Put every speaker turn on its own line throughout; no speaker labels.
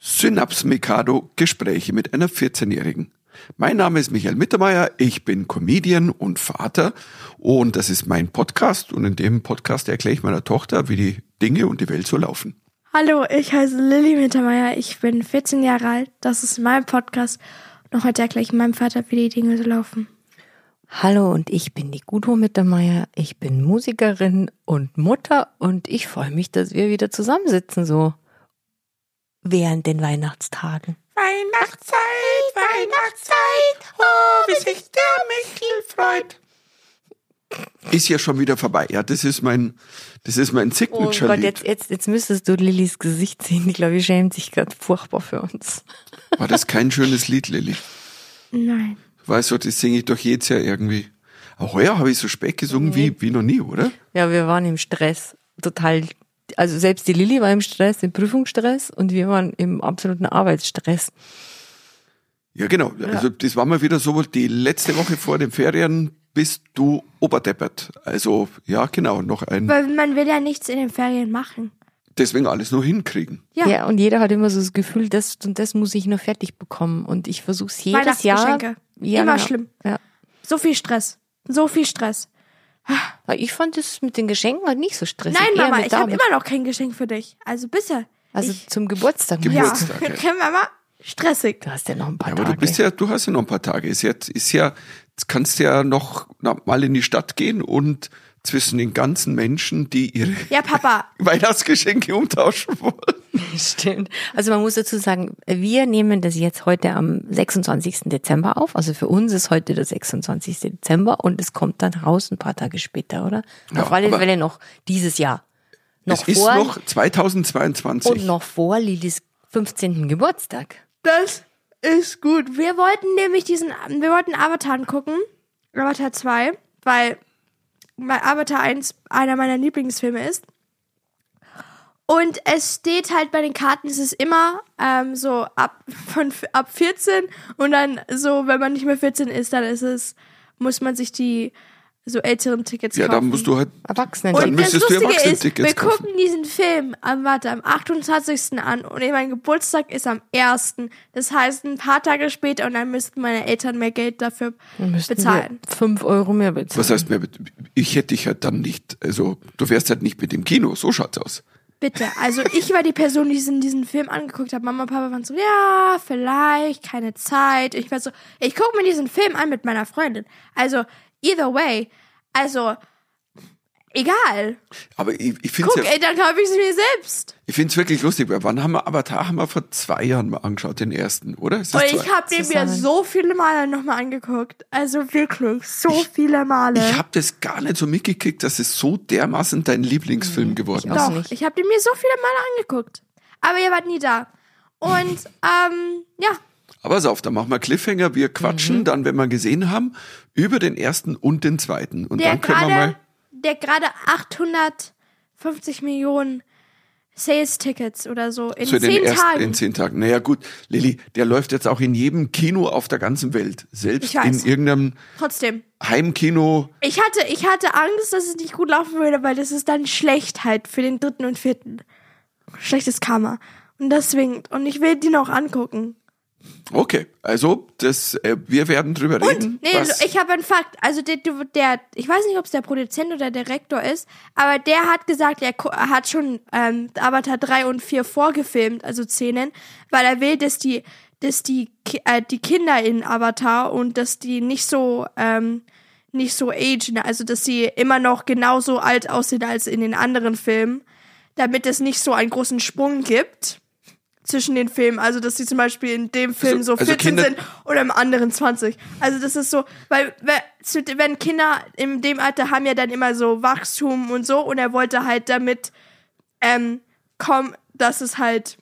Synaps Mikado Gespräche mit einer 14-Jährigen. Mein Name ist Michael Mittermeier, ich bin Comedian und Vater und das ist mein Podcast und in dem Podcast erkläre ich meiner Tochter, wie die Dinge und die Welt so laufen.
Hallo, ich heiße Lilly Mittermeier, ich bin 14 Jahre alt, das ist mein Podcast und heute erkläre ich meinem Vater, wie die Dinge so laufen.
Hallo und ich bin die Gudo Mittermeier. Ich bin Musikerin und Mutter und ich freue mich, dass wir wieder zusammensitzen so während den Weihnachtstagen.
Weihnachtszeit, Weihnachtszeit, oh, wie sich der Michel freut.
Ist ja schon wieder vorbei. Ja, das ist mein, das ist mein
Oh
Signature.
Gott,
Lied.
jetzt, jetzt, jetzt müsstest du Lillis Gesicht sehen. Ich glaube, die schämt sich gerade furchtbar für uns.
War das kein schönes Lied, Lilly?
Nein.
Weißt du, das singe ich doch jedes Jahr irgendwie. Auch heuer habe ich so spät gesungen wie, wie noch nie, oder?
Ja, wir waren im Stress. Total. Also selbst die Lilly war im Stress, im Prüfungsstress und wir waren im absoluten Arbeitsstress.
Ja, genau. Also das war mal wieder so, die letzte Woche vor den Ferien bist du oberdeppert. Also ja, genau, noch ein,
Weil man will ja nichts in den Ferien machen.
deswegen alles nur hinkriegen.
Ja.
Ja.
und jeder hat immer so das Gefühl, das und das muss ich noch fertig bekommen. Und ich versuche es jedes Jahr.
Weihnachtsgeschenke.
Ja,
Immer
genau.
schlimm.
Ja.
So viel Stress. So viel Stress.
Aber Ich fand es mit den Geschenken halt nicht so stressig.
Nein,
Eher
Mama,
mit
ich habe
damit.
immer noch kein Geschenk für dich. Also bisher.
Also
ich,
zum Geburtstag.
Gebur-
ja.
meinst
Geburtstag, ja.
Okay, Mama, stressig.
Du Du hast ja noch ein paar
Ja, aber
Tage.
du bist ja, du hast ja noch ein paar Tage. Ist ja, ist ja, jetzt kannst ja noch na, mal in die Stadt gehen und zwischen den ganzen Menschen, die ihre
Ja, Papa.
Weihnachtsgeschenke umtauschen wollen.
Stimmt. Also man muss dazu sagen, wir nehmen das jetzt heute am 26. Dezember auf. Also für uns ist heute der 26. Dezember und es kommt dann raus ein paar Tage später, oder?
Ja,
Auf alle
aber-
Fälle noch dieses Jahr. Noch
es ist
vor
noch 2022.
und noch vor Lilis 15. Geburtstag.
Das ist gut. Wir wollten nämlich diesen, wir wollten Avatar gucken. Avatar 2, weil mein Avatar 1 einer meiner Lieblingsfilme ist. Und es steht halt bei den Karten, es ist immer ähm, so ab, von, f- ab 14 und dann so, wenn man nicht mehr 14 ist, dann ist es, muss man sich die so älteren Tickets
ja,
kaufen.
da musst du halt,
Erwachsenen.
Dann
Und das
müsstest du
Lustige ist,
Erwachsenen-Tickets
wir
kaufen.
gucken diesen Film am, warte, am 28. an und mein Geburtstag ist am 1. Das heißt, ein paar Tage später und dann müssten meine Eltern mehr Geld dafür bezahlen.
5 Euro mehr bezahlen.
was heißt mehr, ich hätte dich halt dann nicht, also du wärst halt nicht mit dem Kino, so schaut's aus.
Bitte. Also ich war die Person, die diesen, diesen Film angeguckt hat. Mama und Papa waren so, ja, vielleicht, keine Zeit. Ich war so, ich gucke mir diesen Film an mit meiner Freundin. Also, either way. Also, egal.
Aber ich, ich finde
Guck,
ja,
ey, dann kaufe ich es mir selbst.
Ich find's wirklich lustig, weil wann haben wir Avatar haben wir vor zwei Jahren mal angeschaut, den ersten, oder? Ist das
Und
zwei?
ich habe den mir
zusammen.
so viele Male nochmal angeguckt. Also wirklich, so viele Male.
ich habe das gar nicht so mitgekriegt, dass es so dermaßen dein Lieblingsfim geworden ist.
auch.
Doch,
nicht.
Mhm. ich habe den mir so viele Male angeguckt. Aber ihr wart nie da. Und ähm, ja,
Aber so, dann machen wir Cliffhanger, wir
Mhm.
quatschen dann, wenn wir gesehen haben, über den ersten und den zweiten. Und
der
dann können wir
gerade
mal.
der gerade 850 Millionen Sales-Tickets oder so in
Zu den
zehn
ersten
Tagen.
in zehn Tagen. Naja gut, Lilly, der läuft jetzt auch in jedem Kino auf der ganzen Welt. Selbst
Ich weiß.
in irgendeinem
Trotzdem.
Heimkino.
Ich hatte, ich hatte Angst, dass es nicht gut laufen würde, weil das ist dann schlecht halt für den dritten und vierten. Schlechtes Karma. Und deswegen, und ich will die noch angucken.
Okay, also das, äh, wir werden drüber reden.
Nee,
was-
ich habe einen Fakt. Also der, der, ich weiß nicht, ob es der Produzent oder der Direktor ist, aber der hat gesagt, er ko- er hat schon ähm, Avatar 3 und 4 vorgefilmt, also Szenen, weil er will, dass die, dass die, Ki- äh, die Kinder in Avatar und dass die nicht so, ähm, nicht so agen, also dass sie immer noch genauso alt aussehen als in den anderen Filmen, damit es nicht so einen großen Sprung gibt zwischen den Filmen. Also, dass sie zum Beispiel in dem Film
Also-
so
also
14
Kinder-
sind oder im anderen 20. Also, das ist so, weil, weil- zu- wenn Kinder in dem Alter haben ja dann immer so Wachstum und so und er wollte halt damit, ähm, komm, dass es halt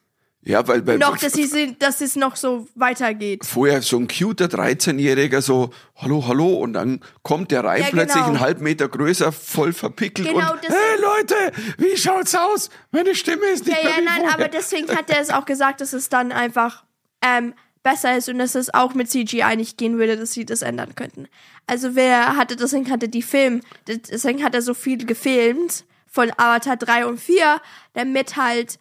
ja, weil, weil
noch, dass sie sind, dass es noch so weitergeht.
vorher so ein cuter 13-Jähriger so, hallo, hallo, und dann kommt der rein
Ja,
plötzlich
genau.
einen halben Meter größer, voll verpickelt
Genau
und,
das-
hey Leute, wie schaut's aus? Meine Stimme ist nicht
Ja,
mehr
ja,
wie
nein,
vorher."
aber deswegen hat er es auch gesagt, dass es dann einfach ähm, besser ist und dass es auch mit CGI nicht gehen würde, dass sie das ändern könnten. Also wer hatte, deswegen hatte die Film, deswegen hat er so viel gefilmt von Avatar 3 und 4, damit halt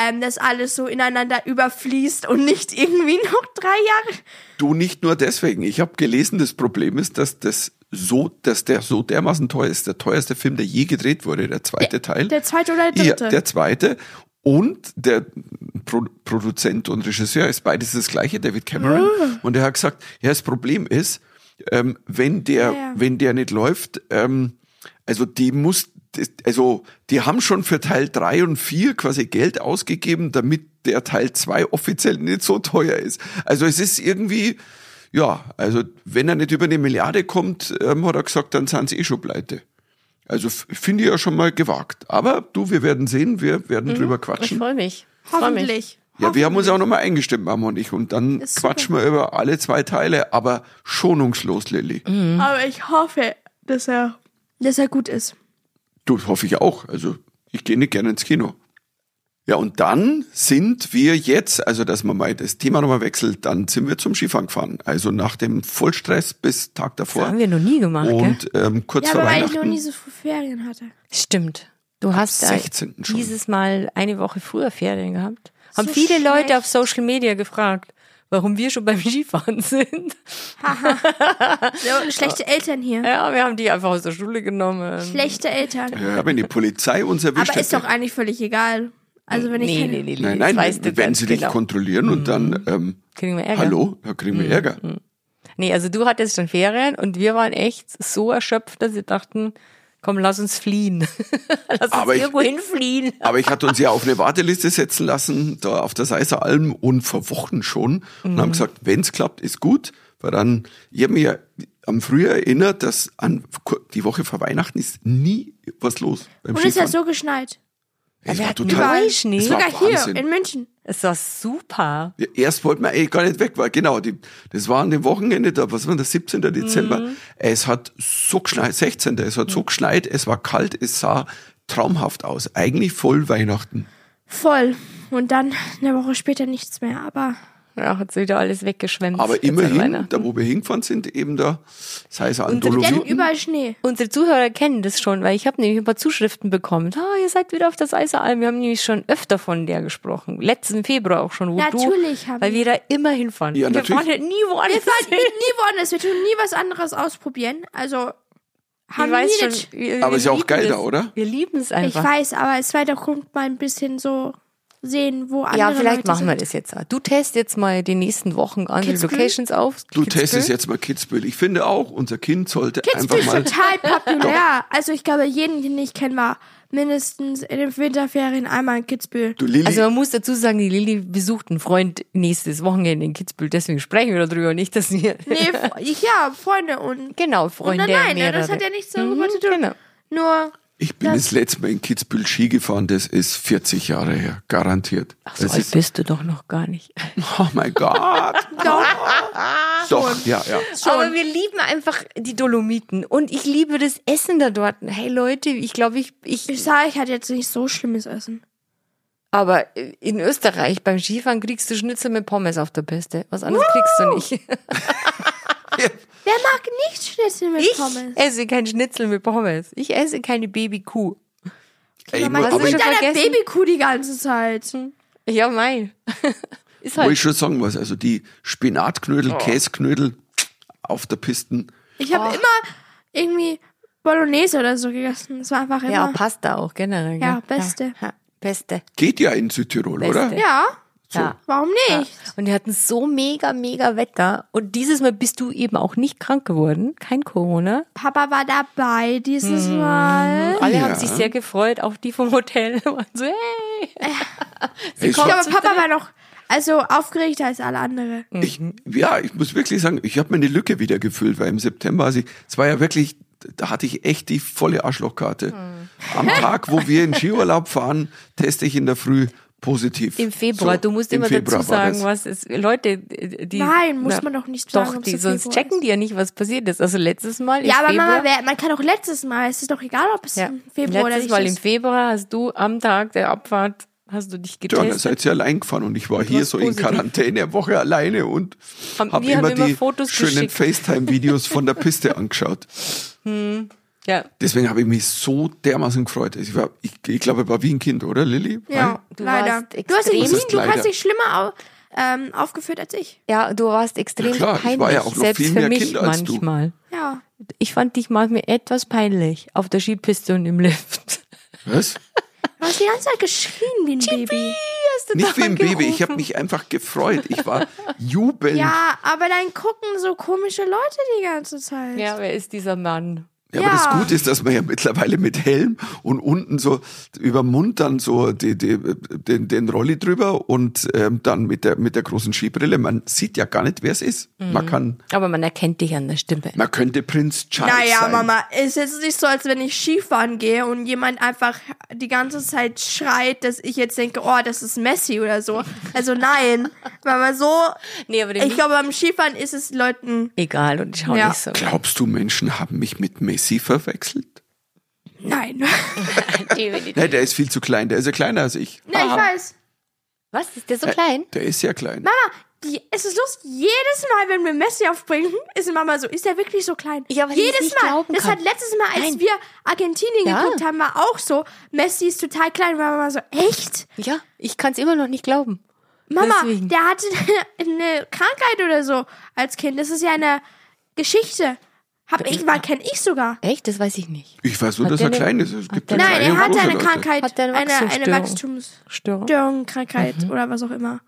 ähm, das alles so ineinander überfließt und nicht irgendwie noch drei Jahre.
Du nicht nur deswegen. Ich habe gelesen, das Problem ist, dass das so, dass der so dermaßen teuer ist. Der teuerste Film, der je gedreht wurde, der zweite Teil.
Der zweite oder der dritte?
Ja, der zweite. Und der Pro Produzent und Regisseur ist beides das gleiche, David Cameron.
Ah.
Und er hat gesagt, ja, das Problem ist, ähm, wenn der,
Ja, ja.
wenn der nicht läuft, ähm, also die muss, das- also die haben schon für Teil drei und vier quasi Geld ausgegeben, damit der Teil zwei offiziell nicht so teuer ist. Also es ist irgendwie, ja, also wenn er nicht über eine Milliarde kommt, ähm, hat er gesagt, dann sind sie eh schon pleite. Also f- finde ich ja schon mal gewagt. Aber du, wir werden sehen, wir
Mhm.
werden drüber
Ich
quatschen.
freue mich. Freu mich.
Hoffentlich.
Ja, wir haben uns auch nochmal eingestimmt, Mama und ich. Und dann
Ist super.
quatschen wir über alle zwei Teile, aber schonungslos, Lilly.
Aber ich hoffe, dass er, dass er gut ist.
Du, hoffe ich auch. Also ich gehe nicht gerne ins Kino. Ja, und dann sind wir jetzt, also dass man mal das Thema nochmal wechselt, dann sind wir zum Skifahren gefahren. Also nach dem Vollstress bis Tag davor.
Das haben wir noch nie gemacht, gell?
und ähm, kurz
Ja,
vor
aber weil ich noch
Weihnachten.
nie so früh Ferien hatte.
Stimmt. Du hast äh,
16. schon.
dieses Mal eine Woche früher Ferien gehabt. Haben
So
viele
schlecht.
Leute auf Social Media gefragt, warum wir schon beim Skifahren sind.
So, schlechte Eltern hier.
Ja, wir haben die einfach aus der Schule genommen.
Schlechte Eltern.
Ja, wenn die Polizei uns erwischt
Aber ist
hätte.
doch eigentlich völlig egal. Also wenn ich
Nee,
keine-
nee, nee, nee.
Nein,
das
nein,
weißt du
wenn
ganz
sie dich
genau.
kontrollieren und
Mhm.
dann, ähm,
Kriegen wir Ärger.
hallo, da kriegen wir
Mhm.
Ärger.
Nee, also du hattest schon Ferien und wir waren echt so erschöpft, dass wir dachten, komm, lass uns fliehen. lass
Aber
uns
ich-
irgendwo hinfliehen.
Aber ich hatte uns ja auf eine Warteliste setzen lassen, da auf der Seiser Alm und vor Wochen schon. Und
Mhm.
haben gesagt, wenn's klappt, ist gut. Weil dann, ich habe mir am Frühjahr erinnert, dass an die Woche vor Weihnachten ist nie was los beim
Und es
Skifahren.
hat so geschneit.
es
Wir
war
hatten
total.
überall Schnee.
Es war
Sogar hier
Wahnsinn.
in München.
Es war super.
Ja, Erst wollten wir eigentlich gar nicht weg, weil genau, die, das war an dem Wochenende, da, was war das, 17. Dezember.
Mhm.
Es hat so geschneit, 16. Es hat so geschneit, es war kalt, es sah traumhaft aus. Eigentlich voll Weihnachten.
Voll. Und dann eine Woche später nichts mehr. Aber
Ja, hat wieder alles weggeschwemmt.
Aber
Jetzt an
immerhin,
Weihnachten.
da wo wir hingefahren sind, eben da, sei es an
Und wir
wir hatten
Dolomiten.
überall Schnee.
Unsere Zuhörer kennen das schon, weil ich habe nämlich ein paar Zuschriften bekommen. Ah, ihr seid wieder auf das Eiseralm. Wir haben nämlich schon öfter von der gesprochen. Letzten Februar auch schon, wo
Natürlich
du,
haben
weil wir
wir.
da immer hinfahren.
Ja,
wir
natürlich.
fahren halt nie woanders
Wir fahren nie
hin.
woanders. Wir tun nie was anderes ausprobieren. Also haben
Ich weiß
nie
schon,
den-
wir,
Aber
wir
ist ja auch
lieben
geil
das.
da, oder?
Wir lieben es
Ich
einfach.
weiß, aber es weiter kommt mal ein bisschen so sehen, wo andere
ja, vielleicht
Leute
machen wir
sind.
das jetzt auch. Du test jetzt mal die nächsten Wochen andere
Kitzbühel?
Locations auf.
Du
Kitzbühel.
testest jetzt mal Kitzbühel. Ich finde auch, unser Kind sollte
Kitzbühel
einfach mal.
ist total populär. Also ich glaube, jeden, den ich kenne, war mindestens in den Winterferien einmal in Kitzbühel.
Du Lilly,
Also man muss dazu sagen, die Lilly besucht einen Freund nächstes Wochenende in Kitzbühel, deswegen sprechen wir darüber, nicht, dass wir...
Nee, Fre- ja, Freunde und
Genau,
Und
Freunde
nein, nein, ja,
mehrere.
das hat ja nichts
Mhm,
darüber zu tun.
Genau.
Nur,
ich bin das, letzte Mal in Kitzbühel Ski gefahren, das ist 40 Jahre her, garantiert.
Ach, so
das
alt
ist,
bist du doch noch gar nicht.
oh mein Gott. Doch, ja, ja.
Aber wir lieben einfach die Dolomiten und ich liebe das Essen da dort. Hey Leute, ich glaube, ich, ich,
ich sage, ich hatte jetzt nicht so schlimmes Essen.
aber in Österreich beim Skifahren kriegst du Schnitzel mit Pommes auf der Piste. Was anderes kriegst du nicht.
Wer mag nicht Schnitzel mit Pommes?
esse kein Schnitzel mit Pommes. Ich esse keine Babykuh.
Ey,
Mama,
aber
du
ich-
mit deiner
vergessen?
Babykuh die ganze Zeit.
Ja, mein. Ist
wo
halt.
ich schon sagen muss, also die Spinatknödel, Käsknödel auf der Pisten.
Ich habe immer irgendwie Bolognese oder so gegessen. Es war einfach immer.
ja, Pasta auch generell.
Ja,
gell?
beste.
Ja, beste.
Geht ja in Südtirol,
Beste.
oder?
Ja,
Ja.
warum nicht?
Und wir hatten so mega, mega Wetter. Und dieses Mal bist du eben auch nicht krank geworden. Kein Corona.
Papa war dabei dieses
Hm.
Mal.
Alle
Ja.
haben sich sehr gefreut, auch die vom Hotel. Waren so, hey.
Hey, es
Ich
war-
glaube, Papa war noch also aufgeregter als alle anderen.
Hm.
Ich,
Mhm.
ja, ich muss wirklich sagen, ich habe meine Lücke wieder gefüllt, weil im September, also ich, es war ja wirklich, da hatte ich echt die volle Arschlochkarte.
Mhm.
Am Tag, wo wir in Skiurlaub fahren, teste ich in der Früh positiv.
Im Februar,
So,
du musst
im
immer
Februar
dazu
war
sagen,
das.
was ist. Leute, äh, die.
Nein, muss man doch nicht sagen,
Doch,
ob's
die,
im
sonst
Februar
checken
ist.
die ja nicht, was passiert ist. Also letztes Mal.
Ja,
im
aber
Februar,
Mama, wer, man kann auch letztes Mal. Es ist doch egal, ob es
Ja.
im Februar oder
Letztes
nicht
Mal im
ist.
Februar hast du am Tag der Abfahrt hast du dich
Ja, da
getestet.
seid ihr allein gefahren und ich war hier
warst
so in
positiv.
Quarantäne, eine Woche alleine und
Haben-
habe
wir
immer
haben immer
die
Fotos
schönen
geschickt.
FaceTime-Videos von der Piste angeschaut.
Ja.
Deswegen habe ich mich so dermaßen gefreut. Also Ich, war- ich, ich glaube, ich war wie ein Kind, oder Lilly?
Ja,
Du
leider. Du hast
warst
dich
extrem-
Was heißt
du hast
leider?
dich schlimmer au ähm, aufgeführt als ich.
Ja, du warst extrem
Ja, klar, ich war
peinlich,
ja auch noch
selbst
viel
für
mehr
mich
Kind als du.
manchmal.
Ja.
Ich fand dich manchmal etwas peinlich auf der Skipiste und im Lift.
Was?
Du hast die ganze Zeit geschrien wie ein Baby.
Hast du
Nicht wie ein Baby. Ich
angerufen?
habe mich einfach gefreut. Ich war jubelnd.
Ja, aber dann gucken so komische Leute die ganze Zeit.
Ja, wer ist dieser Mann?
Ja, aber
Ja.
das Gute ist, dass man ja mittlerweile mit Helm und unten so über den Mund dann so die, die, den, den Rolli drüber und ähm, dann mit der, mit der großen Skibrille. Man sieht ja gar nicht, wer es ist. Man
Mhm.
kann,
Aber man erkennt dich an der Stimme.
man könnte Prinz Charles
Naja,
sein.
Mama, ist jetzt nicht so, als wenn ich Skifahren gehe und jemand einfach die ganze Zeit schreit, dass ich jetzt denke, oh, das ist Messi oder so. Also nein, Mama, so.
Nee, aber
Ich glaube, beim Skifahren ist es Leuten.
egal und ich schau
Ja.
nicht so.
Glaubst du, Menschen haben mich mit Messi verwechselt?
Nein.
Nein, der ist viel zu klein. Der ist ja kleiner als ich.
Na, ich weiß.
Was ist der so klein?
Der ist ja klein.
Mama, die, es ist lustig, jedes Mal, wenn wir Messi aufbringen, ist Mama so, ist er wirklich so klein?
Ja, weil ich
jedes
es nicht
Mal.
glauben
das
kann.
hat letztes Mal, als
Nein.
wir Argentinien
Ja.
geguckt haben, war auch so, Messi ist total klein. Und Mama war so, echt?
Ja, ich kann es immer noch nicht glauben.
Mama,
Deswegen.
der hatte eine Krankheit oder so als Kind. Das ist ja eine Geschichte. Hab ich, war kenne ich sogar.
Echt? Das weiß ich nicht.
Ich weiß nur,
Hat
dass
der
er
eine-
klein ist. Es gibt
der
ja
Nein,
kleine
er
und
hatte
große
eine
Leute.
Krankheit,
Hat der eine
eine
Wachstumsstörung? Störung.
Wachstumsstörung-Krankheit oder was auch immer.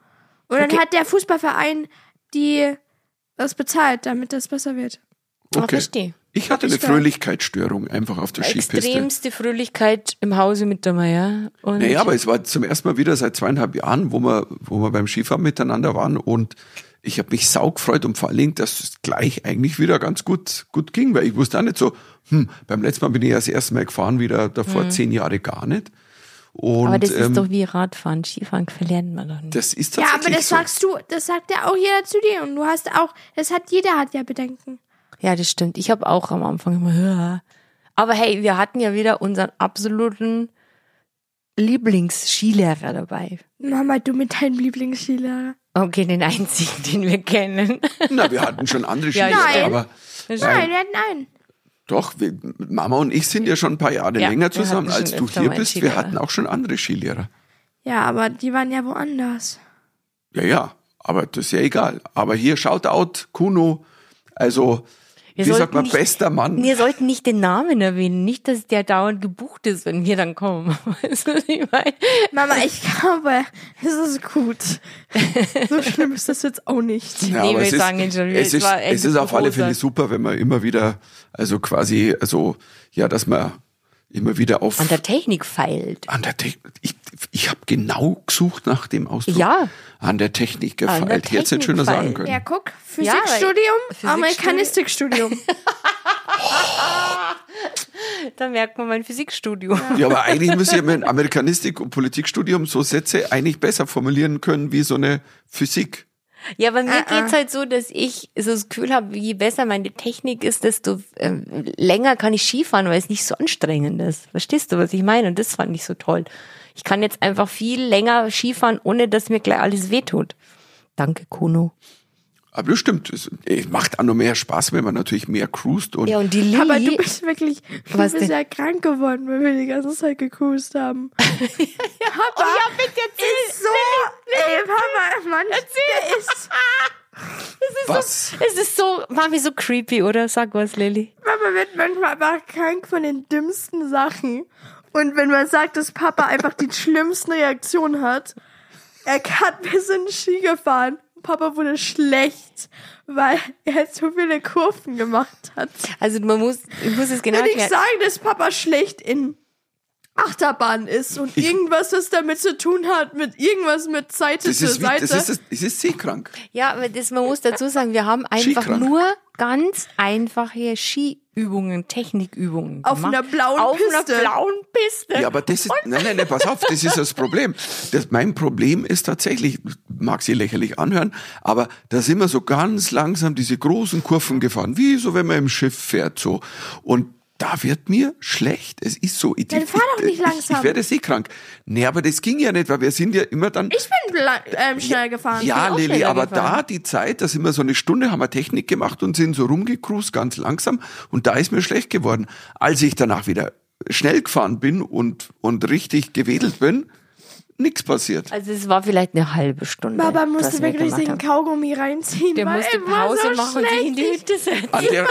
Und dann
Okay.
hat der Fußballverein die das bezahlt, damit das besser wird.
Ah,
Okay.
verstehe.
Ich hatte eine Fröhlichkeitsstörung einfach auf der Skipiste.
Extremste Fröhlichkeit im Hause mit der Meier. Und
Naja, aber es war zum ersten Mal wieder seit zweieinhalb Jahren, wo wir, wo wir beim Skifahren miteinander waren und ich habe mich saugfreut und vor allen Dingen, dass es gleich eigentlich wieder ganz gut, gut ging, weil ich wusste auch nicht so, hm, beim letzten Mal bin ich ja das erste Mal gefahren, wieder davor zehn Jahre gar nicht. Und
Mhm. aber das
ähm,
ist doch wie Radfahren. Skifahren verlernt man doch nicht.
das ist
Ja,
tatsächlich
aber das
so.
sagst du, das sagt ja auch jeder zu dir. Und du hast auch, das hat jeder hat ja Bedenken.
Ja, das stimmt. Ich habe auch am Anfang immer. "Ja." Aber hey, wir hatten ja wieder unseren absoluten Lieblingsskilehrer dabei.
Mama, du mit deinem Lieblingsskilehrer.
Okay, den einzigen, den wir kennen.
Na, wir hatten schon andere
Ja,
Skilehrer,
ja.
aber
Nein, nein, nein.
doch, wir, Mama und ich sind ja schon ein paar Jahre
Ja, wir
länger
hatten
zusammen, als
schon
du
öfter
hier
mal einen
bist. Wir
Skilehrer.
hatten auch schon andere Skilehrer.
Ja, aber die waren ja woanders.
Ja, ja, aber das ist ja egal. Aber hier Shoutout, Kuno, also,
Wir
wie sagt
sollten
man,
nicht-
bester Mann.
Wir sollten nicht den Namen erwähnen, nicht, dass der dauernd gebucht ist, wenn wir dann kommen. Weißt du, was ich meine?
Mama, ich glaube, es ist gut. So schlimm ist das jetzt auch nicht.
Ja,
Nee,
aber
wir
es ist,
sagen ihn schon,
es
es
ist,
war echt
es ist auf alle Fälle
großartig.
super, wenn man immer wieder, also quasi, also, ja, dass man immer wieder auf
An der Technik feilt.
an der Technik, ich, ich habe genau gesucht nach dem Ausdruck.
Ja.
An der Technik
An der
gefeilt. Hätte es nicht schöner
Technik
sagen
gefeilt.
können.
Ja, guck,
Ja,
Physikstudium,
Physik-
Amerikanistikstudium.
Da merkt man mein Physikstudium.
Ja, aber eigentlich müsste ich mein Amerikanistik- und Politikstudium so Sätze eigentlich besser formulieren können wie so eine Physik.
Ja, bei mir
Ah, ah.
geht's halt so, dass ich so das Gefühl habe, je besser meine Technik ist, desto ähm, länger kann ich Skifahren, weil es nicht so anstrengend ist. Verstehst du, was ich meine? Und das fand ich so toll. Ich kann jetzt einfach viel länger Skifahren, ohne dass mir gleich alles wehtut. Danke, Kuno.
Aber das stimmt, es es macht auch noch mehr Spaß, wenn man natürlich mehr cruist und
Ja, und die
Aber du
Lilly,
bist wirklich, du
Was
bist
denn?
ja krank geworden, weil wir die ganze Zeit gekusst haben.
Oh
Papa ist so, ey, Papa, Mann, der ist,
was?
es ist so, Mami, so creepy, oder? Sag was, Lilly.
Papa wird manchmal einfach krank von den dümmsten Sachen. Und wenn man sagt, dass Papa einfach die schlimmsten Reaktionen hat, er hat bis in den Ski gefahren. Papa wurde schlecht, weil er zu viele Kurven gemacht hat.
Also man muss, ich muss es genau
Wenn ich
erklären.
sagen, dass Papa schlecht in Achterbahn ist und irgendwas, das damit zu tun hat, mit irgendwas mit Seite
Das
zu
ist, wie,
Seite.
das, ist, das, das ist seekrank.
Ja, aber das, man muss dazu sagen, wir haben einfach
Skikrank.
nur ganz einfache Skiübungen, Technikübungen.
Auf
gemacht.
einer blauen
Auf
Piste.
einer blauen Piste.
Ja, aber das ist, nein, nein, nein, pass auf, das ist das Problem. Das, mein Problem ist tatsächlich, mag sie lächerlich anhören, aber da sind wir so ganz langsam diese großen Kurven gefahren, wie so, wenn man im Schiff fährt, so. Und da wird mir schlecht. Es ist so. Ich,
Dann fahr doch
Ich,
nicht
ich
langsam.
werde seekrank. Nee, aber das ging ja nicht, weil wir sind ja immer dann.
Ich bin bla- ähm, schnell gefahren.
Ja,
bin auch
Lilly,
schneller
aber
gefahren.
da die Zeit, da sind wir so eine Stunde, haben wir Technik gemacht und sind so rumgecruised, ganz langsam. Und da ist mir schlecht geworden. Als ich danach wieder schnell gefahren bin und, und richtig gewedelt bin, nichts passiert.
Also es war vielleicht eine halbe Stunde.
Baba
was
musste
wir
wirklich
Äh, gemacht
den
haben.
Kaugummi reinziehen.
Der
weil
musste
er war
Pause
so
machen und sich in die
schlecht.
Hütte setzen.
An der,
Also,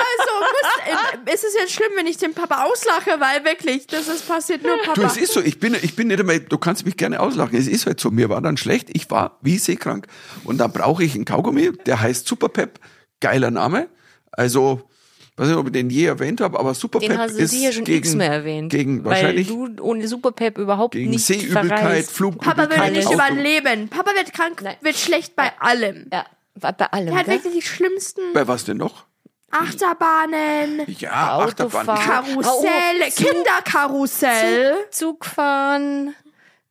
muss, äh, ist es jetzt schlimm, wenn ich den Papa auslache, weil wirklich, das ist passiert nur Papa.
du, es ist so, ich bin, ich bin nicht einmal, du kannst mich gerne auslachen, es ist halt so, mir war dann schlecht, ich war wie seekrank. Und dann brauche ich einen Kaugummi, der heißt Super Pep, geiler Name. Also, weiß nicht, ob ich den je erwähnt habe, aber Super
Den
Pep
hast du
ist
sicher schon
gegen,
x-mal erwähnt.
gegen
weil
wahrscheinlich
du ohne Superpep überhaupt
gegen
nicht
Seeübelkeit,
verreist.
Flugübelkeit.
Papa würde nicht
Alles.
überleben. Papa wird krank,
Nein.
wird schlecht bei allem.
Ja, bei bei allem.
Er hat
gell?
wirklich die schlimmsten
Bei was denn noch?
Achterbahnen,
Ja,
Autofahren.
Achterbahn.
Karussell,
Oh, Zug-
Kinderkarussell.
Zug fahren,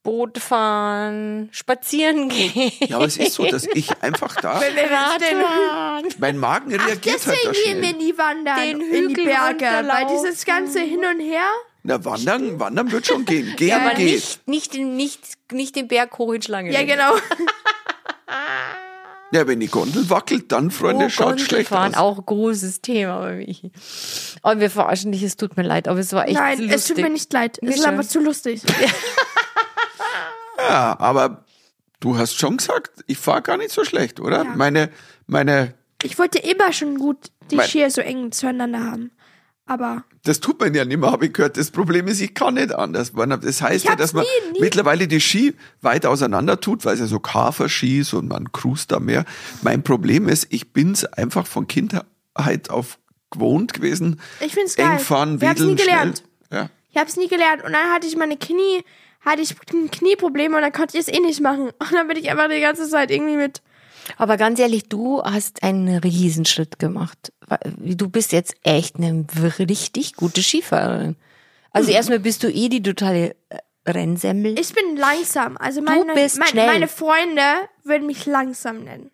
Boot fahren, spazieren gehen.
Ja, aber es ist so, dass ich einfach da,
Wenn wir jetzt den,
Radfahren.
mein Magen
ach,
reagiert halt da
deswegen gehen wir
schnell.
nie wandern in
Den
die
Hügel
Berge, weil
runterlaufen.
dieses ganze Hin und Her.
Na, wandern, wandern wird schon gehen. Gehen
Aber
geht.
nicht, nicht, den- nicht, nicht den Berg hoch in Schlange.
Ja, genau.
Ja, wenn die Gondel wackelt, dann,
genau.
Freunde,
Oh,
schaut
Gondel
schlecht
fahren,
aus.
auch großes Thema bei mir. Und wir verarschen dich, es tut mir leid, aber es war echt
Nein,
lustig.
es tut mir nicht leid. Es ist
schon.
einfach zu lustig.
Ja, aber du hast schon gesagt, ich fahre gar nicht so schlecht, oder?
Ja.
Meine, meine,
Ich wollte immer schon gut die
Mein-
Skier so eng zueinander haben. Aber
das tut man ja nicht mehr, habe ich gehört. Das Problem ist, ich kann nicht anders. Man, das heißt ja,
hab's
dass man
nie, nie-
mittlerweile die Ski weit auseinander tut, weil es ja so Kaferski ist und man cruist da mehr. Mein Problem ist, ich bin's einfach von Kindheit auf gewohnt gewesen.
Ich find's geil.
Eng fahren,
Wir haben's nie
wedeln, schnell.
gelernt.
Ja.
ich habe es nie gelernt. Und dann hatte ich meine Knie, hatte ich ein Knieproblem und dann konnte ich es eh nicht machen. Und dann bin ich einfach die ganze Zeit irgendwie mit.
Aber ganz ehrlich, du hast einen Riesenschritt gemacht. Weil Du bist jetzt echt eine richtig gute Skifahrerin. Also erstmal bist du eh die totale äh, Rennsemmel.
Mhm. Ich bin langsam. Also meine,
bist
mein,
schnell.
meine Freunde würden mich langsam nennen.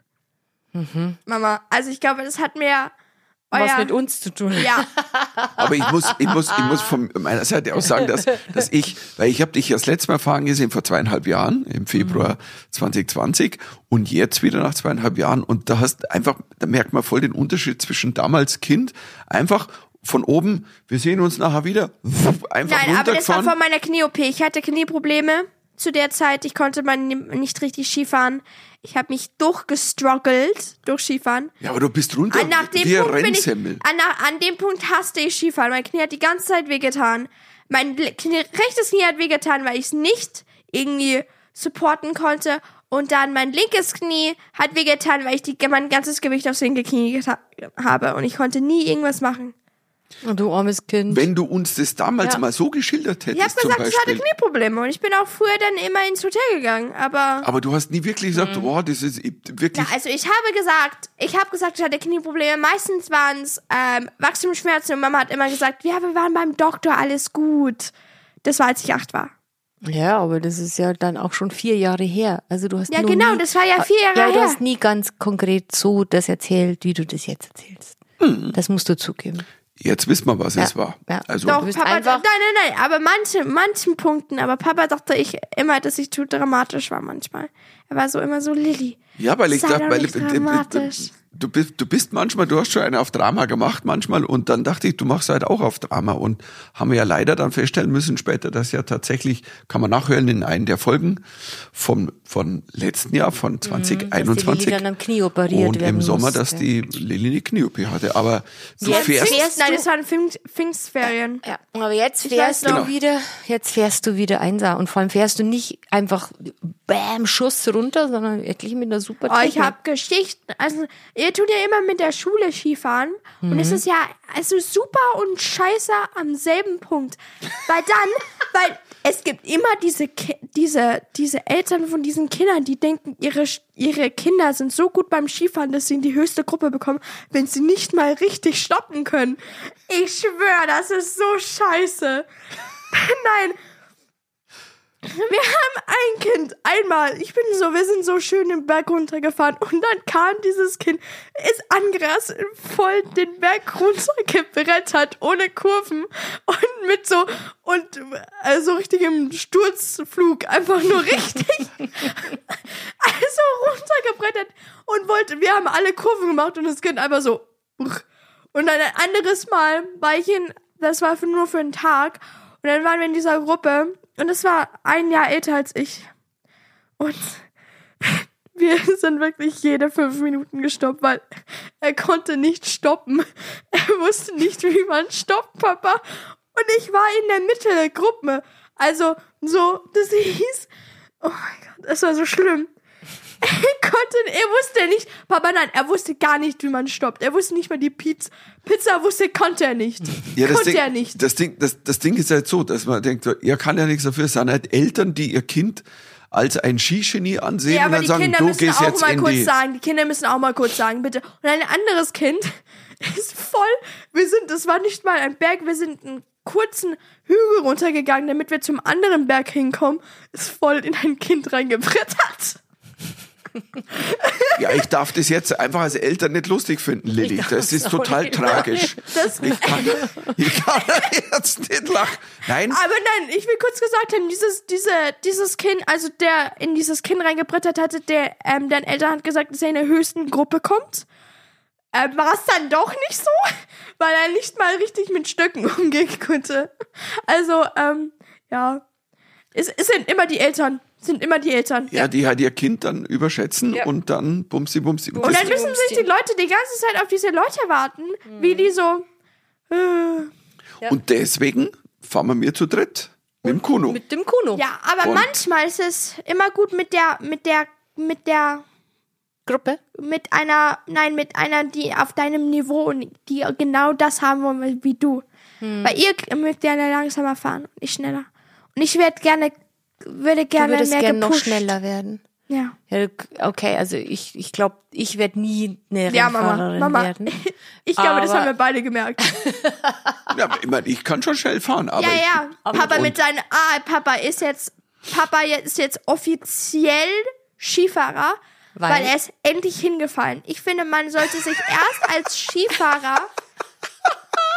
Mama, also ich glaube, das hat mir euer,
Mhm. was mit uns zu tun.
Ja,
Aber ich muss, ich muss, ich muss von meiner Seite aus sagen, dass, dass ich, weil ich habe dich ja das letzte Mal fahren gesehen vor zweieinhalb Jahren, im Februar 2020 und jetzt wieder nach zweieinhalb Jahren und da hast einfach, da merkt man voll den Unterschied zwischen damals Kind, einfach von oben, wir sehen uns nachher wieder, wupp, einfach
nein, aber das war
runtergefahren.
vor meiner Knie-OP. Ich hatte Knieprobleme zu der Zeit. Ich konnte mal ni- nicht richtig Skifahren. Ich habe mich durchgestruggelt durch Skifahren.
ja, aber du bist runter,
An, Ah, nach dem
wie ein
Punkt bin ich,
Rennsemmel.
an, nach- an dem Punkt hasste ich Skifahren. Mein Knie hat die ganze Zeit wehgetan. Mein le- Knie, rechtes Knie hat wehgetan, weil ich es nicht irgendwie supporten konnte. Und dann mein linkes Knie hat wehgetan, weil ich die, mein ganzes Gewicht aufs linke Knie geta- habe. Und ich konnte nie irgendwas machen.
Und Du armes Kind.
Wenn du uns das damals
Ja.
mal so geschildert hättest
Ich habe
zum
gesagt, ich
Beispiel.
hatte Knieprobleme. Und ich bin auch früher dann immer ins Hotel gegangen. Aber,
aber du hast nie wirklich
Mhm.
gesagt, boah, das ist ich- wirklich,
also ich habe gesagt, ich habe gesagt, ich hatte Knieprobleme. Meistens waren es ähm, Wachstumsschmerzen und Mama hat immer gesagt, ja, wir waren beim Doktor, alles gut. Das war, als ich acht war.
Ja, aber das ist ja dann auch schon vier Jahre her. Also du hast
Ja,
nur
genau,
nie, Ah,
das war ja vier Jahre
ja, du
her.
hast nie ganz konkret so das erzählt, wie du das jetzt erzählst.
Mhm.
Das musst du zugeben.
jetzt wissen wir, was es war.
ja.
Also,
Doch,
bist
Papa,
einfach-
nein, nein, nein, aber manche, manchen Punkten, aber Papa dachte ich immer, dass ich zu dramatisch war manchmal. Er war so immer so, Lilly.
Ja, weil ich
sei
dachte,
doch
weil
nicht
äh, äh, äh,
dramatisch.
du bist, du bist manchmal, du hast schon eine auf Drama gemacht manchmal und dann dachte ich, du machst halt auch auf Drama und haben wir ja leider dann feststellen müssen später, dass ja tatsächlich, kann man nachhören in einen der Folgen vom, von letzten Jahr,
Mhm,
von 2021.
Dass die Lilly dann am Knie operiert
und
werden
im Sommer,
musste.
dass die Lilly eine Knie-OP hatte. Aber du
Jetzt
fährst,
fährst
Pfingst, nein,
du-
das waren Pfing- Pfingstferien.
Ja, aber jetzt
weiß
fährst du
noch.
wieder, jetzt fährst du wieder einsam und vor allem fährst du nicht einfach Bäm Schuss runter, sondern wirklich mit einer super
Oh, ich
Technik.
hab Geschichten. Also, ihr tut ja immer mit der Schule Skifahren. Und es ist ja also super und scheiße am selben Punkt. Weil dann, weil es gibt immer diese, Ki- diese, diese Eltern von diesen Kindern, die denken, ihre, Sch- ihre Kinder sind so gut beim Skifahren, dass sie in die höchste Gruppe bekommen, wenn sie nicht mal richtig stoppen können. Ich schwöre, das ist so scheiße. Nein. Wir haben ein Kind. Einmal. Ich bin so, wir sind so schön den Berg runtergefahren. Und dann kam dieses Kind, ist angerast, voll den Berg runtergebrettert, ohne Kurven. Und mit so, und äh, so richtigem Sturzflug. Einfach nur richtig. also runtergebrettert. Und wollte, wir haben alle Kurven gemacht und das Kind einfach so. Und dann ein anderes Mal war ich in, das war für, nur für einen Tag. Und dann waren wir in dieser Gruppe und es war ein Jahr älter als ich. Und wir sind wirklich jede fünf Minuten gestoppt, weil er konnte nicht stoppen. Er wusste nicht, wie man stoppt, Papa. Und ich war in der Mitte der Gruppe. Also so, das hieß, oh mein Gott, das war so schlimm. Er konnte, er wusste nicht, Papa, nein, er wusste gar nicht, wie man stoppt. Er wusste nicht mal die Pizza. Pizza wusste, konnte er nicht.
Ja, das
konnte
Ding,
er nicht.
Das Ding, das, das Ding ist halt so, dass man denkt, er kann ja nichts dafür. Es sind halt Eltern, die ihr Kind als ein Skigenie ansehen und
Ja, aber
dann
die
sagen,
Kinder
du
müssen
gehst
auch
jetzt
mal
in
kurz
die.
sagen, die Kinder müssen auch mal kurz sagen, bitte. Und ein anderes Kind ist voll, wir sind, das war nicht mal ein Berg, wir sind einen kurzen Hügel runtergegangen, damit wir zum anderen Berg hinkommen, ist voll in ein Kind reingebrettert.
Ja, ich darf das jetzt einfach als Eltern nicht lustig finden, Lilly. Das ist total tragisch.
Das,
Ich kann, ich kann jetzt nicht lachen. Nein,
aber nein, ich will kurz gesagt haben, dieses, diese, dieses Kind, also der in dieses Kind reingebrettert hatte, der, ähm, deren Eltern hat gesagt, dass er in der höchsten Gruppe kommt. Ähm, war es dann doch nicht so, weil er nicht mal richtig mit Stöcken umgehen konnte. Also, ähm, ja. Es, es sind immer die Eltern. Es sind immer die Eltern.
ja, die halt ihr Kind dann überschätzen
Ja.
und dann bumsi bumsi. Und
Und
das,
dann müssen sich die Leute die ganze Zeit auf diese Leute warten, wie die so. Äh,
und deswegen fahren wir mir zu dritt mit dem Kuno.
Mit dem Kuno.
ja, aber
Und-
manchmal ist es immer gut mit der, mit der, mit der
Gruppe.
mit einer, nein, mit einer, die auf deinem Niveau und die genau das haben wollen wie du.
Hm.
Weil ihr mögt gerne langsamer fahren und ich schneller. Und ich werde gerne, würde
Du
gerne
würdest
mehr
gerne noch
gepusht.
schneller werden.
Ja.
Ja, okay, also ich, ich glaube, ich werde nie eine
Ja, Mama,
Rennfahrerin
Mama.
werden.
Ich glaube, das
Aber-
haben wir beide gemerkt.
Ja, aber ich, meine, ich kann schon schnell fahren, aber
ja,
ich-
ja. Papa mit seinen, ah, Papa ist jetzt, Papa ist jetzt offiziell Skifahrer, weil,
Weil?
er ist endlich hingefallen. Ich finde, man sollte sich erst als Skifahrer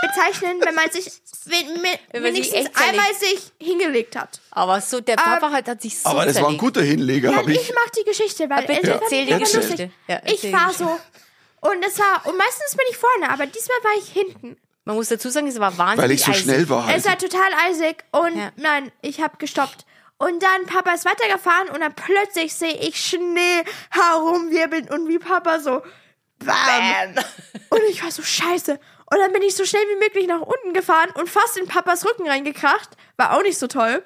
bezeichnen, wenn man sich wenn, wenn,
Wenn man sich
wenigstens
echt zerlegt.
einmal sich hingelegt hat.
Aber so,
Ah,
der Papa hat, hat sich so
aber das war ein
zerlegt.
guter Hinleger,
Nein,
habe
ich,
ich.
mach die Geschichte, weil
Aber Ah, bitte
ich
erzähl die
immer
Geschichte.
lustig.
Ja, erzähl
ich
die
war so und es war und meistens bin ich vorne, aber diesmal war ich hinten.
Man muss dazu sagen, es war wahnsinnig
Weil ich so
eisig.
schnell war. Halt.
Es war total eisig und
Ja.
nein, ich habe gestoppt. Und dann Papa ist weitergefahren und dann plötzlich sehe ich Schnee herumwirbeln und wie Papa so bam. Und ich war so scheiße. Und dann bin ich so schnell wie möglich nach unten gefahren und fast in Papas Rücken reingekracht. War auch nicht so toll.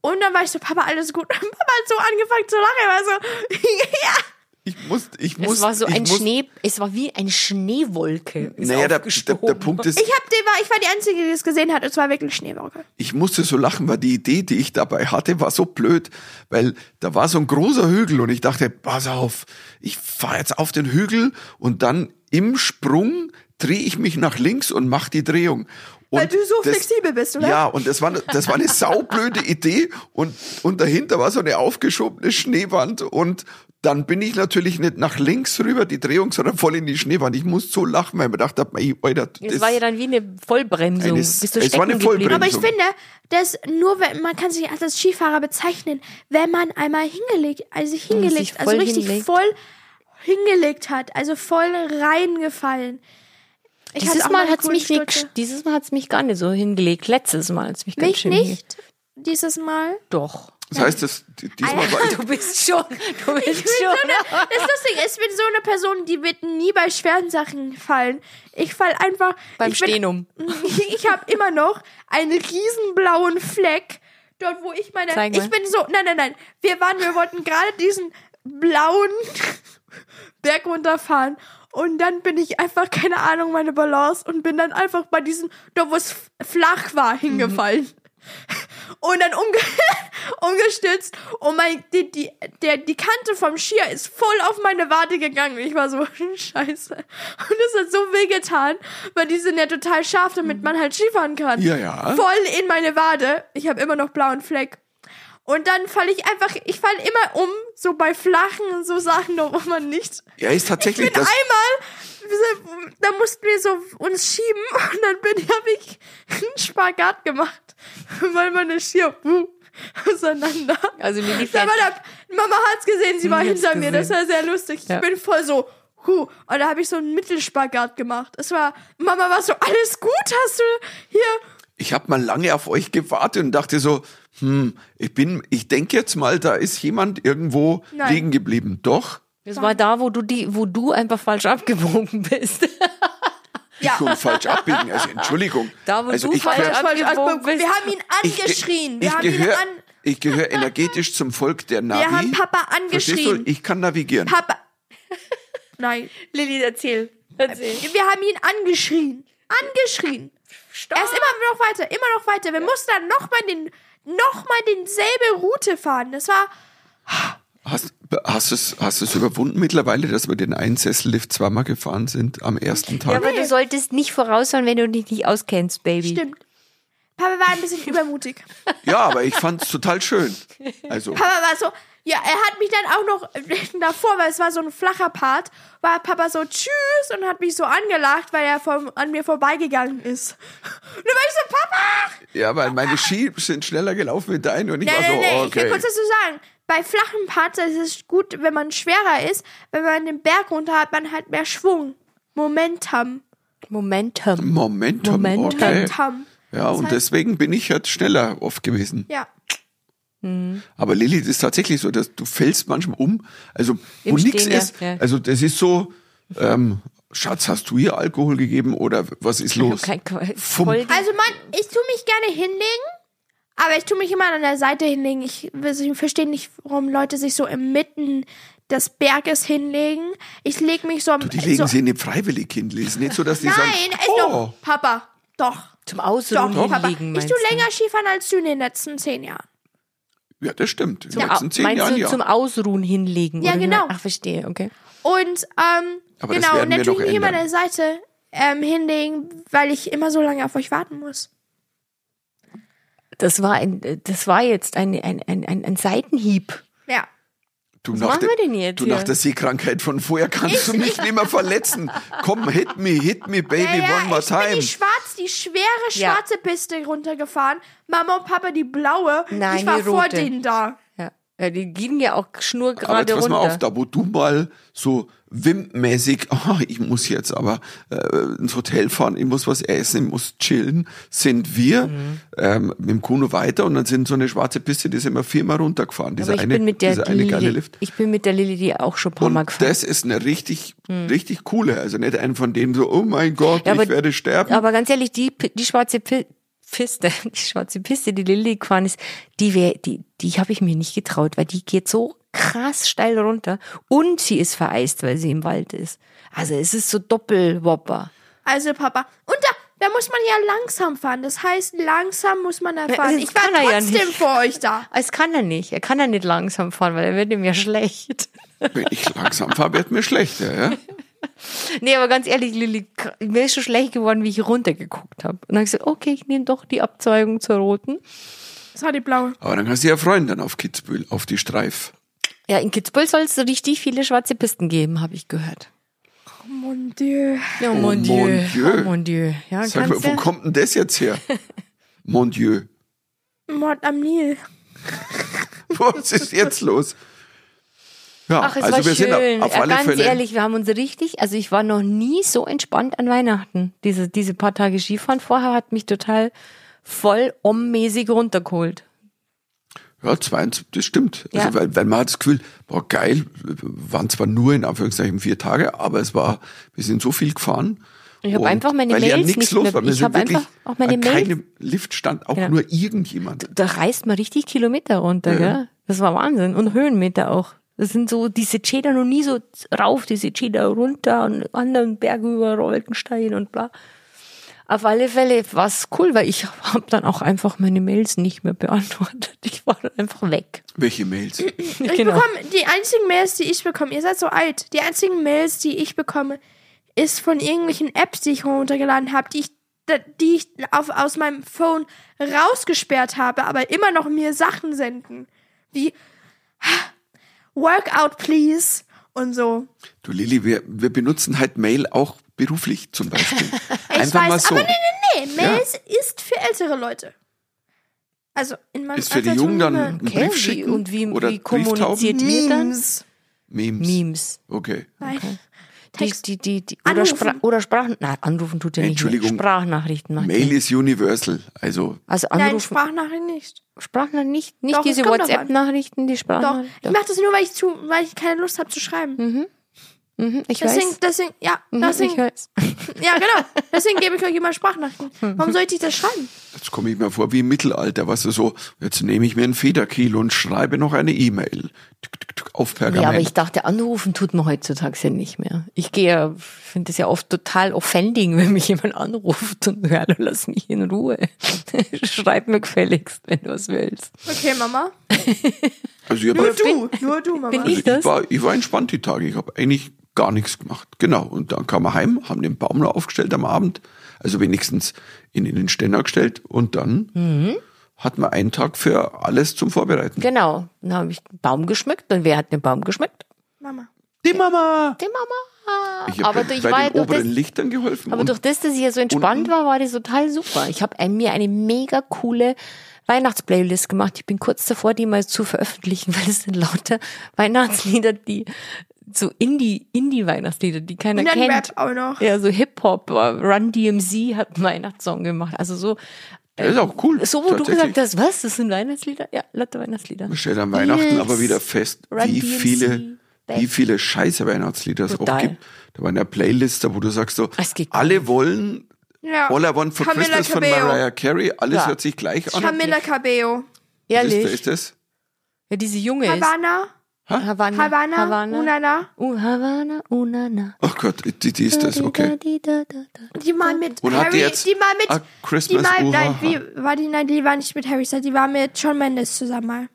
Und dann war ich so, Papa, alles gut. Und Papa hat so angefangen zu lachen. Er war so, ja.
Ich muss, ich muss,
Es war so
ich
ein
muss,
Schnee, es war wie eine Schneewolke. Ist
Naja, der, der,
aufgestoben.
der Punkt ist,
Ich, hab, den war, ich war die Einzige, die es gesehen hat. Und es war wirklich Schneewolke.
ich musste so lachen, weil die Idee, die ich dabei hatte, war so blöd, weil da war so ein großer Hügel und ich dachte, pass auf, ich fahre jetzt auf den Hügel und dann im Sprung drehe ich mich nach links und mache die Drehung. Und
Weil du so
das-
flexibel bist, oder?
Ja, und das war, ne, das war eine saublöde Idee und, und dahinter war so eine aufgeschobene Schneewand und dann bin ich natürlich nicht nach links rüber die Drehung, sondern voll in die Schneewand. Ich muss so lachen, weil ich mir gedacht habe, ey, Alter,
es war ja dann wie eine Vollbremsung.
Eine-
Bist du
es war eine
stecken geblieben?
Vollbremsung.
Aber ich
so.
finde, dass nur wenn man kann sich als Skifahrer bezeichnen, wenn man einmal hingelegt, also sich
sich
hingelegt, also
voll
richtig
hinlegt.
voll hingelegt hat, also voll reingefallen. Ich hatte
Dieses
auch
Mal
eine
hat's
coole
mich nicht,
Stütze.
gesch- dieses Mal hat's mich gar nicht so hingelegt. Letztes Mal hat's mich ganz
mich
schön
nicht
hingelegt.
dieses Mal.
Doch.
Das heißt, das, die-
Ah,
diesmal war ich,
Du bist schon, du bist
Ich bin
schon.
so eine, das Lustige ist, ich bin so eine Person, die wird nie bei schweren Sachen fallen. Ich fall einfach
Beim
ich bin-
Stehen um.
Ich habe immer noch einen riesen blauen Fleck dort, wo ich meine.
Zeig mal.
Ich bin so. Nein, nein, nein. Wir waren, wir wollten gerade diesen blauen Berg runterfahren. Und dann bin ich einfach, keine Ahnung, meine Balance und bin dann einfach bei diesem, dort wo es f- flach war,
Mhm.
hingefallen. Und dann umge umgestürzt. Und mein, die, die, der, die Kante vom Skier ist voll auf meine Wade gegangen. Und ich war so, scheiße. Und es hat so weh getan, weil die sind ja total scharf, damit man halt Skifahren kann.
Ja, ja.
Voll in meine Wade. Ich habe immer noch blauen Fleck. Und dann falle ich einfach, ich falle immer um, so bei flachen und so Sachen, da wo man nicht.
Ja, ist
Ich bin
tatsächlich das.
einmal, da mussten wir so uns schieben und dann bin habe ich einen Spagat gemacht, weil meine Skier wuh, auseinander.
Also mir lief
Da
jetzt
war der, Mama hat's gesehen, sie war
hat's
hinter mir, das war sehr lustig.
Ja.
Ich bin voll so, huh, und da habe ich so einen Mittelspagat gemacht. Es war, Mama war so, alles gut, hast du hier
Ich habe mal lange auf euch gewartet und dachte so, hm, ich bin, ich denke jetzt mal, da ist jemand irgendwo
Nein.
liegen geblieben. Doch,
Das war da, wo du die, wo du einfach falsch abgewogen bist.
ich komme falsch abbiegen. Also Entschuldigung.
Da, wo
also
du
ich
falsch
gehör-
abbiegen
falsch
abgebogen
abgebogen.
bist.
also Wir haben ihn
ich,
angeschrien.
Ich
wir haben
gehöre
ihn an.
gehör energetisch zum Volk der Navi.
Wir haben Papa
Verstehst du?
angeschrien.
Ich kann navigieren.
Papa. Nein.
Lilly, erzähl. Erzähl.
Wir haben ihn angeschrien. Angeschrien. Er ist immer noch weiter, immer noch weiter. Wir mussten dann nochmal den, nochmal denselbe Route fahren. Das war,
Hast, hast du es hast du's überwunden mittlerweile, dass wir den Einsessellift zweimal gefahren sind am ersten
Ja,
Tag?
aber du solltest nicht voraushauen, wenn du dich nicht auskennst, Baby.
stimmt. Papa war ein bisschen übermutig.
Ja, aber ich fand's total schön. Also,
Papa war so, ja, er hat mich dann auch noch davor, weil es war so ein flacher Part, war Papa so tschüss und hat mich so angelacht, weil er vom, an mir vorbeigegangen ist. Und dann war ich so, Papa!
ja, weil meine Ski sind schneller gelaufen mit deinen und ich war
Nein,
so,
nein, nein, ich will
okay.
kurz dazu sagen. Bei flachen Parts ist es gut, wenn man schwerer ist. Wenn man den Berg runter hat, man hat mehr Schwung. Momentum.
Momentum.
Momentum,
Momentum.
okay.
Momentum.
Ja, und
heißt-
deswegen bin ich halt schneller oft gewesen.
Ja.
Aber Lilly, das ist tatsächlich so, dass du fällst manchmal um, also wo
Im
nichts
Stehen, ja.
ist.
Ja.
Also das ist so, ähm, Schatz, hast du ihr Alkohol gegeben oder was ist los?
Kein Qual-
Fum.
Voll-
Also man, ich tue mich gerne hinlegen, aber ich tue mich immer an der Seite hinlegen. Ich, also ich verstehe nicht, warum Leute sich so inmitten des Berges hinlegen. Ich lege mich so am...
Die legen
so,
Also-
sie in den Freiwilligenlisten. Ist nicht so, dass die sagen,
nein, ist
oh,
doch... Papa, doch.
Zum
Halt, Doch,
Ausruhen
Papa.
liegen,
Ich
meinst
tue länger Skifahren als du in den letzten zehn Jahren.
ja, das stimmt. In den
du?
letzten zehn
meinst
Jahren,
du
ja.
zum Ausruhen hinlegen?
Ja,
oder wie
genau.
man- Ach, verstehe, okay.
Und ähm,
Aber das
genau,
werden
und
wir
dann tue
doch
ich mich immer an
ändern.
der Seite ähm, hinlegen, weil ich immer so lange auf euch warten muss.
Das war ein, das war jetzt ein, ein, ein, ein, ein Seitenhieb.
Ja.
Du
Was
nach
machen
der-
wir denn jetzt
Du
hier?
nach der Seekrankheit von vorher kannst du mich nicht mehr verletzen. Komm, hit me, hit me, baby,
Ja, ja,
one more
ich bin
time.
die schwarz, die schwere
Ja.
schwarze Piste runtergefahren. Mama und Papa die blaue.
Nein,
ich war
die
vor
rote.
denen da.
Ja. ja, die gingen ja auch
Aber
schnurgerade
jetzt pass mal
runter.
auf, da wo du mal so wimpmäßig, ah, ich muss jetzt aber äh, ins Hotel fahren, ich muss was essen, ich muss chillen, sind wir
Mhm.
ähm, mit dem Kuno weiter und dann sind so eine schwarze Piste, die sind wir viermal runtergefahren. Dieser
Aber ich
eine,
bin mit der
dieser eine geile
Lilly-
Lift.
Ich bin mit der Lilly die auch schon ein paar Mal
Und
gefahren. Hm.
das ist eine richtig, richtig coole. Also nicht einen von denen so, oh mein Gott,
Ja,
ich werde sterben.
Aber ganz ehrlich, die, P- die schwarze Pi- Piste, die schwarze Piste, die Lilly gefahren ist, die wär, die, die habe ich mir nicht getraut, weil die geht so krass steil runter und sie ist vereist, weil sie im Wald ist. Also es ist so Doppelwopper.
Also Papa. Und da, da muss man ja langsam fahren. Das heißt, langsam muss man da fahren.
das
Ich war
kann er ja
trotzdem
nicht.
vor euch da.
Ah, Es kann er nicht. Er kann ja nicht langsam fahren, weil er wird ihm ja schlecht.
Wenn ich langsam fahre, wird mir schlechter, ja?
Nee, aber ganz ehrlich, Lilly, kr- mir ist schon schlecht geworden, wie ich runtergeguckt habe. Und dann habe ich gesagt, okay, ich nehme doch die Abzweigung zur roten.
Das war die blaue.
Aber dann kannst du ja freuen dann auf Kitzbühel, auf die Streif.
Ja, in Kitzbühel soll es so richtig viele schwarze Pisten geben, habe ich gehört.
Oh mon dieu.
Ja,
mon Dieu.
Oh mon Dieu. Ja,
Sag mal,
kannst
wo
du?
kommt denn das jetzt her? Mon Dieu.
Mord am Nil.
Was ist jetzt los? Ja,
Ach, es
also
war
wir
schön.
sind auf- auf
ja,
alle
ganz
Fälle.
ehrlich, wir haben uns richtig, also ich war noch nie so entspannt an Weihnachten. Diese, diese paar Tage Skifahren vorher hat mich total voll ommäßig runtergeholt.
Ja, 22, das stimmt.
Ja.
Also, weil, weil man hat das Gefühl, boah, geil, waren zwar nur in Anführungszeichen vier Tage, aber es war, wir sind so viel gefahren.
Ich hab
Und
einfach meine
weil
Mails
ja nichts
nicht
los
mehr-
war. Wir
ich
sind
hab
wirklich
einfach auch meine
an
Mails-
keinem Lift stand auch
Ja.
nur irgendjemand.
Da reist man richtig Kilometer runter, gell? Das war Wahnsinn. Und Höhenmeter auch. Das sind so diese Cheddar noch nie so rauf, diese Cheddar runter und anderen Berg über Rolkenstein und bla. Auf alle Fälle war es cool, weil ich habe dann auch einfach meine Mails nicht mehr beantwortet. Ich war dann einfach weg.
Welche Mails?
Ich
Genau.
bekomme die einzigen Mails, die ich bekomme. Ihr seid so alt. Die einzigen Mails, die ich bekomme, ist von irgendwelchen Apps, die ich runtergeladen habe, die ich, die ich auf, aus meinem Phone rausgesperrt habe, aber immer noch mir Sachen senden. wie Workout, please. Und so.
Du Lilly, wir, wir benutzen halt Mail auch beruflich zum Beispiel.
Ich
Einfach
weiß,
mal so.
aber nee, nee, nee.
Ja.
Mail ist für ältere Leute. Also in meinem
Ist für die
Alter
Jungen dann
tun
einen
wir-
Okay,
Brief
wie-
schicken
und wie-
oder
wie kommuniziert-
Brieftauben?
ihr dann?
Memes.
Memes.
Memes.
Okay.
Nein.
Die,
Text.
die, die, die, oder,
Anrufen.
Spra oder Sprachen. Nein, anrufen tut er nicht.
Entschuldigung.
Sprachnachrichten macht
Mail
er.
ist universal. Also
Also
Nein,
anrufen.
Sprachnachricht nicht.
Sprachnachrichten nicht. Nicht
Doch,
diese
es kommt drauf an.
WhatsApp-Nachrichten, die
Doch.
Sprachnachrichten.
Ich mache das nur, weil ich zu, weil ich keine Lust habe zu schreiben.
Mhm, ich
Deswegen,
weiß.
deswegen, ja,
Mhm,
deswegen,
ich weiß.
ja, genau. Deswegen gebe ich euch immer Sprachnachrichten.
Mhm.
Warum sollte ich das schreiben?
jetzt komme ich mir vor wie im Mittelalter, weißt du so, jetzt nehme ich mir einen Federkiel und schreibe noch eine E-Mail. Tück, tück, tück, Auf Pergament.
Ja, aber ich dachte, anrufen tut man heutzutage ja nicht mehr. Ich gehe ja, finde es ja oft total offending, wenn mich jemand anruft und hör, lass mich in Ruhe. Schreib mir gefälligst, wenn du was willst.
Okay, Mama.
also ich, hab-
Nur du, nur du, Mama.
bin
also
ich
ich,
das?
war, ich war entspannt die Tage. Ich habe eigentlich gar nichts gemacht. Genau. Und dann kam wir heim, haben den Baum noch aufgestellt am Abend. Also wenigstens in, in den Ständer gestellt. Und dann
Mhm.
hatten wir einen Tag für alles zum Vorbereiten.
Genau. Dann habe ich einen Baum geschmückt und wer hat den Baum geschmückt?
Mama.
Die Mama!
Die Mama.
Ich habe
Genau, aber
bei
durch,
den
war ja durch
oberen
das,
Lichtern geholfen.
aber
und
durch das, dass ich ja so entspannt war, war das total super. Ich habe ein- mir eine mega coole Weihnachtsplaylist gemacht. Ich bin kurz davor, die mal zu veröffentlichen, weil es sind lauter Weihnachtslieder, die so Indie, Indie-Weihnachtslieder, die keiner
Und dann
kennt.
Rap auch noch.
Ja, so Hip-Hop, äh, Run DMC hat einen Weihnachtssong gemacht. Also so,
Ja, ist auch cool.
so wo du
tatsächlich.
gesagt hast, was, das sind Weihnachtslieder? Ja, lauter Weihnachtslieder.
Man stellt an Weihnachten
Yes.
aber wieder fest,
Run
wie
DMC,
viele,
Back.
wie viele scheiße Weihnachtslieder es auch
Total.
gibt. Da waren ja Playlister, wo du sagst so,
Es geht um gar
alle wollen
Ja.
All I Want for
Camila
Christmas von
Cabello.
Mariah Carey, alles
Ja.
hört sich gleich an.
Camilla
Was
Cabello.
ist,
Ehrlich.
da- ist das?
Ja, diese Junge ist.
Havana.
Havana.
Havana.
Havana.
Unana.
Uh, Havana, Unana.
Ach Oh Gott, die, die ist das, okay.
Die mal mit
Und hat
Harry.
die jetzt
die mal mit.
A
Die
Christmas
mal, nein,
Uhaha.
wie, war die, nein, die war nicht mit Harry Styles, die war mit Shawn Mendes zusammen mal.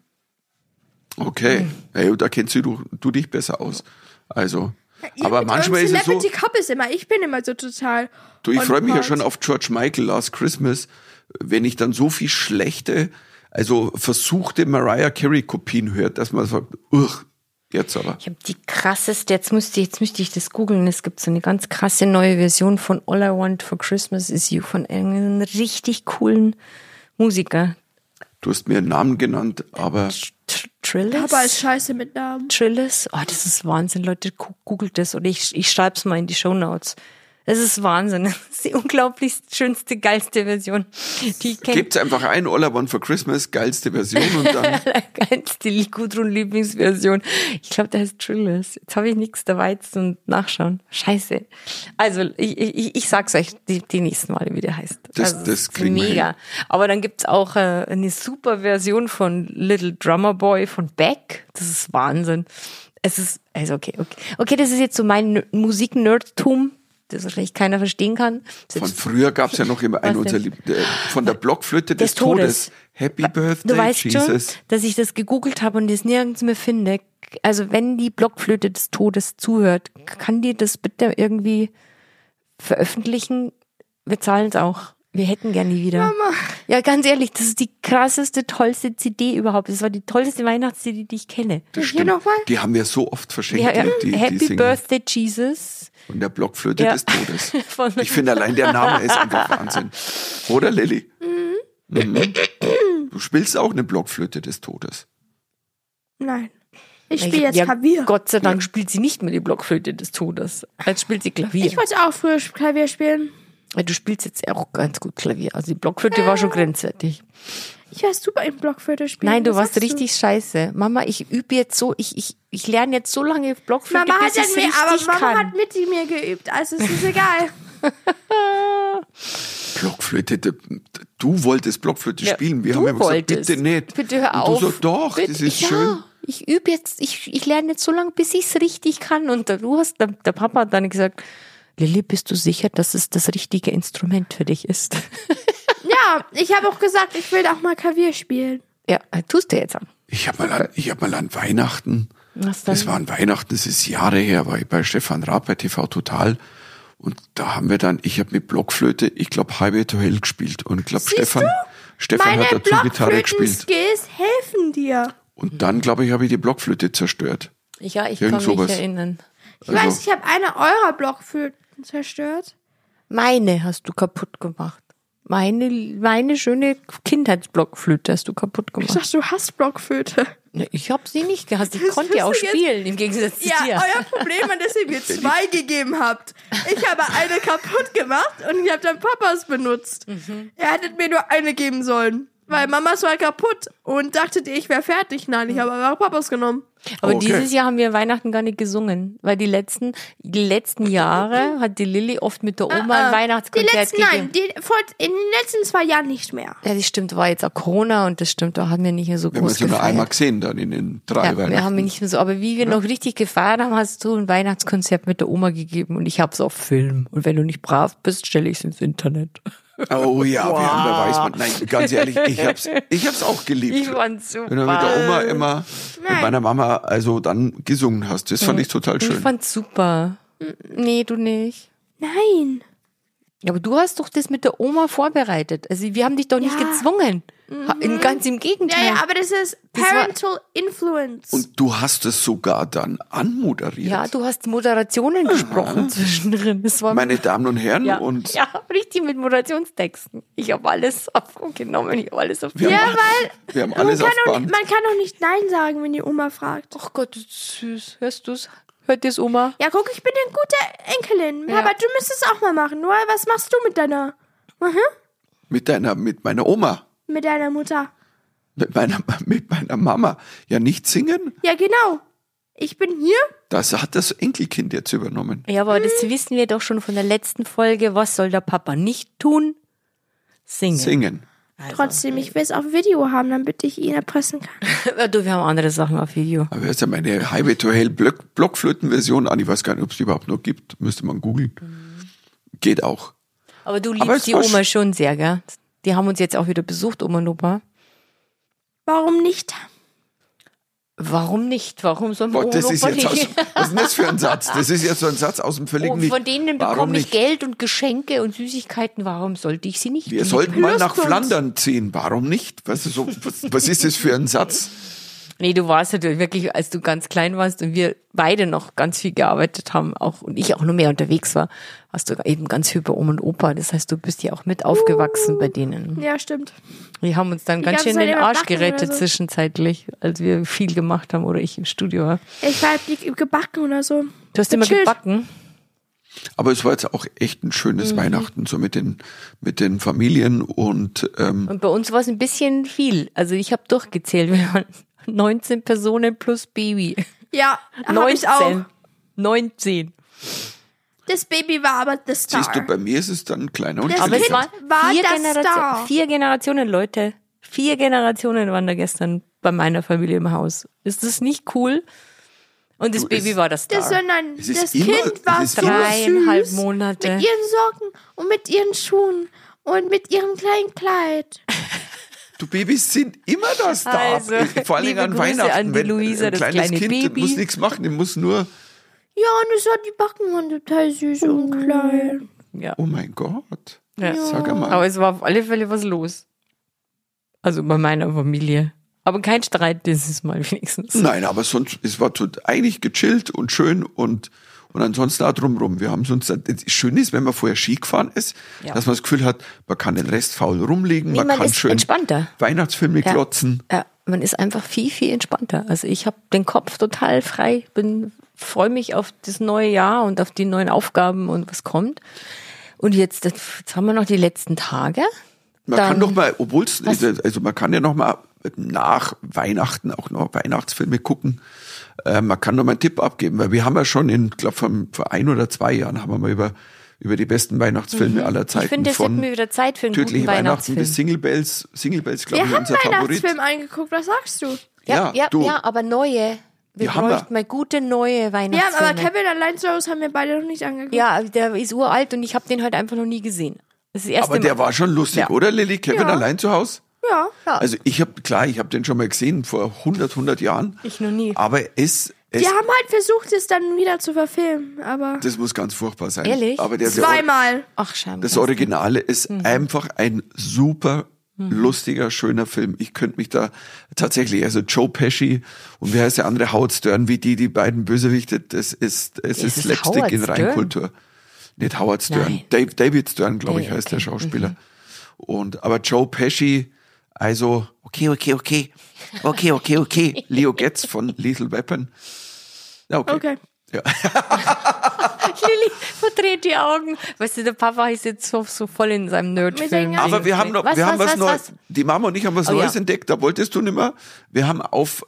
Okay,
Hm.
hey, da kennst du, du, du dich besser aus. Also,
Ihr
aber
mit
manchmal
eurem
ist es so,
Celebrity Cup ist immer, ich bin immer so total.
Du, ich
on
freue mich ja
halt
point.
schon auf George Michael Last Christmas, wenn ich dann so viel schlechte, also versuchte Mariah Carey Kopien hört, dass man sagt, uch, jetzt aber.
Ich habe die krasseste, jetzt müsste, ich- jetzt müsste ich das googeln. Es gibt so eine ganz krasse neue Version von All I Want for Christmas is You von einem richtig coolen Musiker.
Du hast mir einen Namen genannt, aber
Tr- Trillis?
Papa ist scheiße mit Namen.
Trillis? Oh, das ist Wahnsinn, Leute. gu- Googelt das oder ich, ich schreib's mal in die Shownotes. Das ist Wahnsinn. Das ist die unglaublich schönste, geilste Version, die ich kenne.
gebt's einfach ein, All I Want for Christmas, geilste Version und dann,
Allergeilste Gudrun-Lieblingsversion. Ich glaube, der heißt Trillis. Jetzt habe ich nichts dabei zum Nachschauen. Scheiße. Also, ich, ich, ich sag's euch die, die nächsten Male, wie der heißt.
Das-
also,
das
ist
kriegen wir
Mega. Aber dann gibt's auch äh, eine super Version von Little Drummer Boy von Beck. Das ist Wahnsinn. Es ist, also okay, okay. Okay, das ist jetzt so mein N- Musik-Nerdtum, das wahrscheinlich keiner verstehen kann. Das ist
von
jetzt
früher gab's ja noch immer einen
Was
unserer
denn?
Liebten, äh, von der Blockflöte des,
Des Todes.
Todes. Happy Birthday,
Du weißt
Jesus.
schon, dass ich das gegoogelt habe und es nirgends mehr finde. Also wenn die Blockflöte des Todes zuhört, kann die das bitte irgendwie veröffentlichen? Wir zahlen es auch. Wir hätten gerne die wieder. Mama. Ja, ganz ehrlich, das ist die krasseste, tollste CD überhaupt. Das war die tollste Weihnachts-CD, die ich kenne.
Das
Hier nochmal.
Die haben wir so oft verschenkt,
Ja, ja.
die, die, die
Happy
singen.
Birthday, Jesus.
Von der Blockflöte
Ja.
des Todes.
Von-
Ich finde allein der Name ist einfach Wahnsinn. Oder Lilly? Mhm. Du spielst auch eine Blockflöte des Todes.
Nein. Ich spiele jetzt
ja,
Klavier.
Gott sei Dank spielt sie nicht mehr die Blockflöte des Todes. Jetzt spielt sie Klavier.
Ich wollte auch früher Klavier spielen.
Ja, Du spielst jetzt auch ganz gut Klavier. Also die Blockflöte war schon grenzwertig.
Ich war super im Blockflöte spielen.
Nein, du
Was
warst
sagst
richtig scheiße. Mama, ich übe jetzt so, ich, ich, ich lerne jetzt so lange Blockflöte,
Mama hat
bis ich
ja
es
mir,
richtig
aber Mama
kann.
hat mit mir geübt, also es ist egal.
Blockflöte, d- d- du wolltest Blockflöte
Ja,
spielen. Wir
du
haben ja gesagt,
wolltest.
bitte nicht.
Bitte hör
Und
auf.
du so, doch,
Bitte-
das ist
ja,
schön.
Ich übe jetzt, ich, ich lerne jetzt so lange, bis ich es richtig kann. Und da- du hast, der, der Papa hat dann gesagt, Lilly, bist du sicher, dass es das richtige Instrument für dich ist?
Ja, ich habe auch gesagt, ich will auch mal Klavier spielen.
ja, äh, tust du jetzt auch.
Ich habe mal, an- ich hab mal an Weihnachten,
Was dann?
das war an Weihnachten, das ist Jahre her, war ich bei Stefan Raab bei TV Total. Und da haben wir dann, ich habe mit Blockflöte, ich glaube, Highway to Hell gespielt. Und ich glaube, Stefan, Stefan
Meine
hat dazu Gitarre gespielt.
Blockflöten-Skills helfen dir.
Und dann, glaube ich, habe ich die Blockflöte zerstört.
Ja, ich
Irgend
kann mich
sowas.
erinnern.
Ich
Also
weiß, ich habe eine eurer Blockflöten zerstört.
Meine hast du kaputt gemacht. Meine, meine schöne Kindheitsblockflöte hast du kaputt
Ich
gemacht.
dachte, du hast Blockflöte.
Ne, Ich hab sie nicht gehasst. Ich
Das
konnte ja auch
wirst du jetzt-
spielen, im Gegensatz zu
Ja,
dir.
euer Problem war, dass ihr mir zwei gegeben habt. Ich habe eine kaputt gemacht und ich habe dann Papas benutzt.
Mhm.
Ihr hättet mir nur eine geben sollen. Weil Mamas war kaputt und dachtet ihr, ich wäre fertig. Nein,
Mhm.
ich habe aber auch Papas genommen.
Aber
Okay.
dieses Jahr haben wir Weihnachten gar nicht gesungen, weil die letzten, die letzten Jahre hat die Lilly oft mit der Oma ein Weihnachtskonzert gegeben.
die, vor, in den letzten zwei Jahren nicht mehr.
Ja, das stimmt, war jetzt auch Corona und das stimmt, da haben wir nicht mehr so
Wir haben
groß
uns ja nur
gefeiert.
einmal gesehen dann in den drei
ja, wir haben
Weihnachten.
nicht mehr so, aber wie wir noch richtig gefeiert haben, hast du ein Weihnachtskonzert mit der Oma gegeben und ich hab's auf Film. Und wenn du nicht brav bist, stelle ich's ins Internet.
Oh ja, wir haben da weiß man. Nein, ganz ehrlich, ich hab's, ich hab's auch geliebt.
Ich fand's super.
Wenn du mit der Oma immer, mit
Nein.
meiner Mama also dann gesungen hast. Das fand ich total
Ich
schön.
fand's super. Nee, du nicht.
Nein.
Ja, aber du hast doch das mit der Oma vorbereitet. Also wir haben dich doch nicht
Ja.
gezwungen. Ha- in- Ganz im
Ja,
Gegenteil.
ja, aber das ist
Das war-
Parental Influence.
Und du hast es sogar dann anmoderiert.
Ja, du hast Moderationen gesprochen zwischendrin. Das war
meine Damen und Herren
ja,
und
ja, richtig mit Moderationstexten. Ich habe alles aufgenommen, ich habe alles auf.
Wir
ja,
haben-
weil
wir haben
man
alles
kann,
auf
doch
Band.
nicht, man kann doch nicht Nein sagen, wenn die Oma fragt.
Ach Gott, das ist süß. Hörst du's? Hört ihr's Oma?
Ja, guck, ich bin eine gute Enkelin.
Ja.
Aber du müsstest auch mal machen. Nur was machst du mit deiner,
mit deiner, mit meiner Oma,
mit deiner Mutter?
mit meiner, mit meiner Mama. Ja, nicht singen?
Ja, genau. Ich bin hier.
Das hat das Enkelkind jetzt übernommen.
Ja, aber das wissen wir doch schon von der letzten Folge. Was soll der Papa nicht tun? Singen.
Singen.
Also,
Trotzdem, ich will es auf Video haben, damit ich ihn erpressen kann.
Du, wir haben andere Sachen auf Video.
Aber hörst du meine Highway to Hell Block Blockflöten-Version an? Ich weiß gar nicht, ob es die überhaupt noch gibt. Müsste man googeln.
Mhm.
Geht auch.
Aber du
Aber es
liebst die
war sch-
Oma schon sehr, gell? Die haben uns jetzt auch wieder besucht, Oma und Opa.
Warum nicht?
Warum nicht? Warum soll man
Boah,
Oma
das
und
ist
Opa
jetzt aus,
nicht?
was ist denn das für ein Satz? Das ist jetzt so ein Satz aus dem völligen
Und
Nichts.
Oh, von denen
Warum
bekomme ich
nicht?
Geld und Geschenke und Süßigkeiten. Warum sollte ich sie nicht
Wir
lieben?
sollten mal nach
Lustpunkt.
Flandern ziehen. Warum nicht? Was ist, so, was, was ist das für ein Satz?
Nee, du warst natürlich wirklich, als du ganz klein warst und wir beide noch ganz viel gearbeitet haben, auch und ich auch nur mehr unterwegs war, hast du eben ganz viel bei Oma und Opa. Das heißt, du bist ja auch mit aufgewachsen bei denen.
Ja, stimmt.
Die haben uns dann ganz
ganze
schön
Zeit
den
immer
Arsch
backen oder
gerettet
so.
zwischenzeitlich, als wir viel gemacht haben oder ich im Studio war.
Ich war halt nicht gebacken oder so.
Du hast immer
Gechillt.
gebacken.
Aber es war jetzt auch echt ein
Mhm.
schönes Weihnachten, so mit den, mit den Familien und ähm,
Und bei uns war es ein bisschen viel. Also ich habe durchgezählt, wir waren 19 Personen plus Baby.
Ja, Ah, hab ich
19.
auch.
19.
Das Baby war aber the star.
siehst du, bei mir ist es dann ein kleiner
Das
Aber
Unterschied.
es
Kind
waren
war
vier,
das
Generation,
Star.
vier Generationen, Leute. Vier Generationen waren da gestern bei meiner Familie im Haus. Ist das nicht cool? Und das
Du,
Baby
es-
war das Star.
das, sondern
Es ist
das
immer-
Kind war
es ist
so
immer-
Dreieinhalb
süß
Monate.
mit ihren Socken und mit ihren Schuhen und mit ihrem kleinen Kleid.
Du Babys sind immer das da.
Also,
Vor allen Dingen
liebe
an
Grüße
Weihnachten.
an die
wenn
Luisa,
ein
das
kleines
kleine
Kind
Baby.
muss nichts machen, das muss nur,
Ja, und es hat die Backen waren total süß
Oh.
und klein.
ja.
oh mein Gott.
Ja.
Sag einmal.
Aber es war auf alle Fälle was los. Also bei meiner Familie. Aber kein Streit dieses Mal wenigstens.
Nein, aber sonst, es war tot, eigentlich gechillt und schön und, und ansonsten auch drumrum. Wir haben sonst, das Schöne ist, wenn man vorher Ski gefahren ist,
Ja.
dass man das Gefühl hat, man kann den Rest faul rumliegen,
Nee,
man,
man
kann
ist
schön
entspannter.
Weihnachtsfilme glotzen.
Ja, man ist einfach viel, viel entspannter. Also ich habe den Kopf total frei, bin freue mich auf das neue Jahr und auf die neuen Aufgaben und was kommt. Und jetzt, das, jetzt haben wir noch die letzten Tage.
Man
Dann-
kann doch mal, obwohl es, also man kann ja noch mal nach Weihnachten auch noch Weihnachtsfilme gucken. Äh, man kann noch mal einen Tipp abgeben, weil wir haben ja schon in, glaube vor, vor ein oder zwei Jahren haben wir mal über über die besten Weihnachtsfilme aller Zeiten
Mhm. Ich finde, jetzt hätten
von
wir wieder Zeit für einen
Tödliche
guten
Weihnachten
Weihnachtsfilm.
bis Single Bells. Single Bells, glaube
Wir
ich,
haben
unser Favorit.
Weihnachtsfilm angeguckt, was sagst du?
ja, ja,
du,
ja, aber neue. Wir
Ja, haben wir.
bräuchten mal gute neue
Ja,
Weihnachtsfilme.
aber Kevin allein zu Hause haben wir beide noch nicht angeguckt.
Ja, der ist uralt und ich habe den halt einfach noch nie gesehen. Das ist das erste
aber der
Mal.
war schon lustig,
Ja.
oder Lilly? Kevin
Ja.
allein zu Hause?
ja.
Also ich habe klar, ich habe den schon mal gesehen vor 100, 100 Jahren.
Ich noch nie.
Aber es, es
Die haben halt versucht, es dann wieder zu verfilmen, aber
das muss ganz furchtbar sein.
Ehrlich?
Aber der, der
zweimal.
Ach, scheinbar.
Das Originale ist einfach ein super
Mhm.
lustiger, schöner Film. Ich könnte mich da tatsächlich, also Joe Pesci und wie heißt der andere, Howard Stern, wie die, die beiden Bösewichte, das ist, es
Ist
ist,
es
Slapstick
Howard
in
Stern?
Reinkultur. Nicht Howard Stern,
Nein.
Dave, David Stern, glaube ich,
David,
heißt der
okay. Mhm.
Schauspieler. Und, aber Joe Pesci, also, okay, okay, okay, okay, okay, okay, Leo Getz von Lethal Weapon. Ja, okay.
Okay.
Ja.
Lilly verdreht die Augen. Weißt du, der Papa ist jetzt so, so voll in seinem Nerdfilm.
Mit den
Aber wir haben noch,
Was,
wir haben
was,
was,
was,
Neues.
was?
Die Mama und ich haben was
Oh,
Neues
ja.
entdeckt. Da wolltest du nicht mehr. Wir haben auf,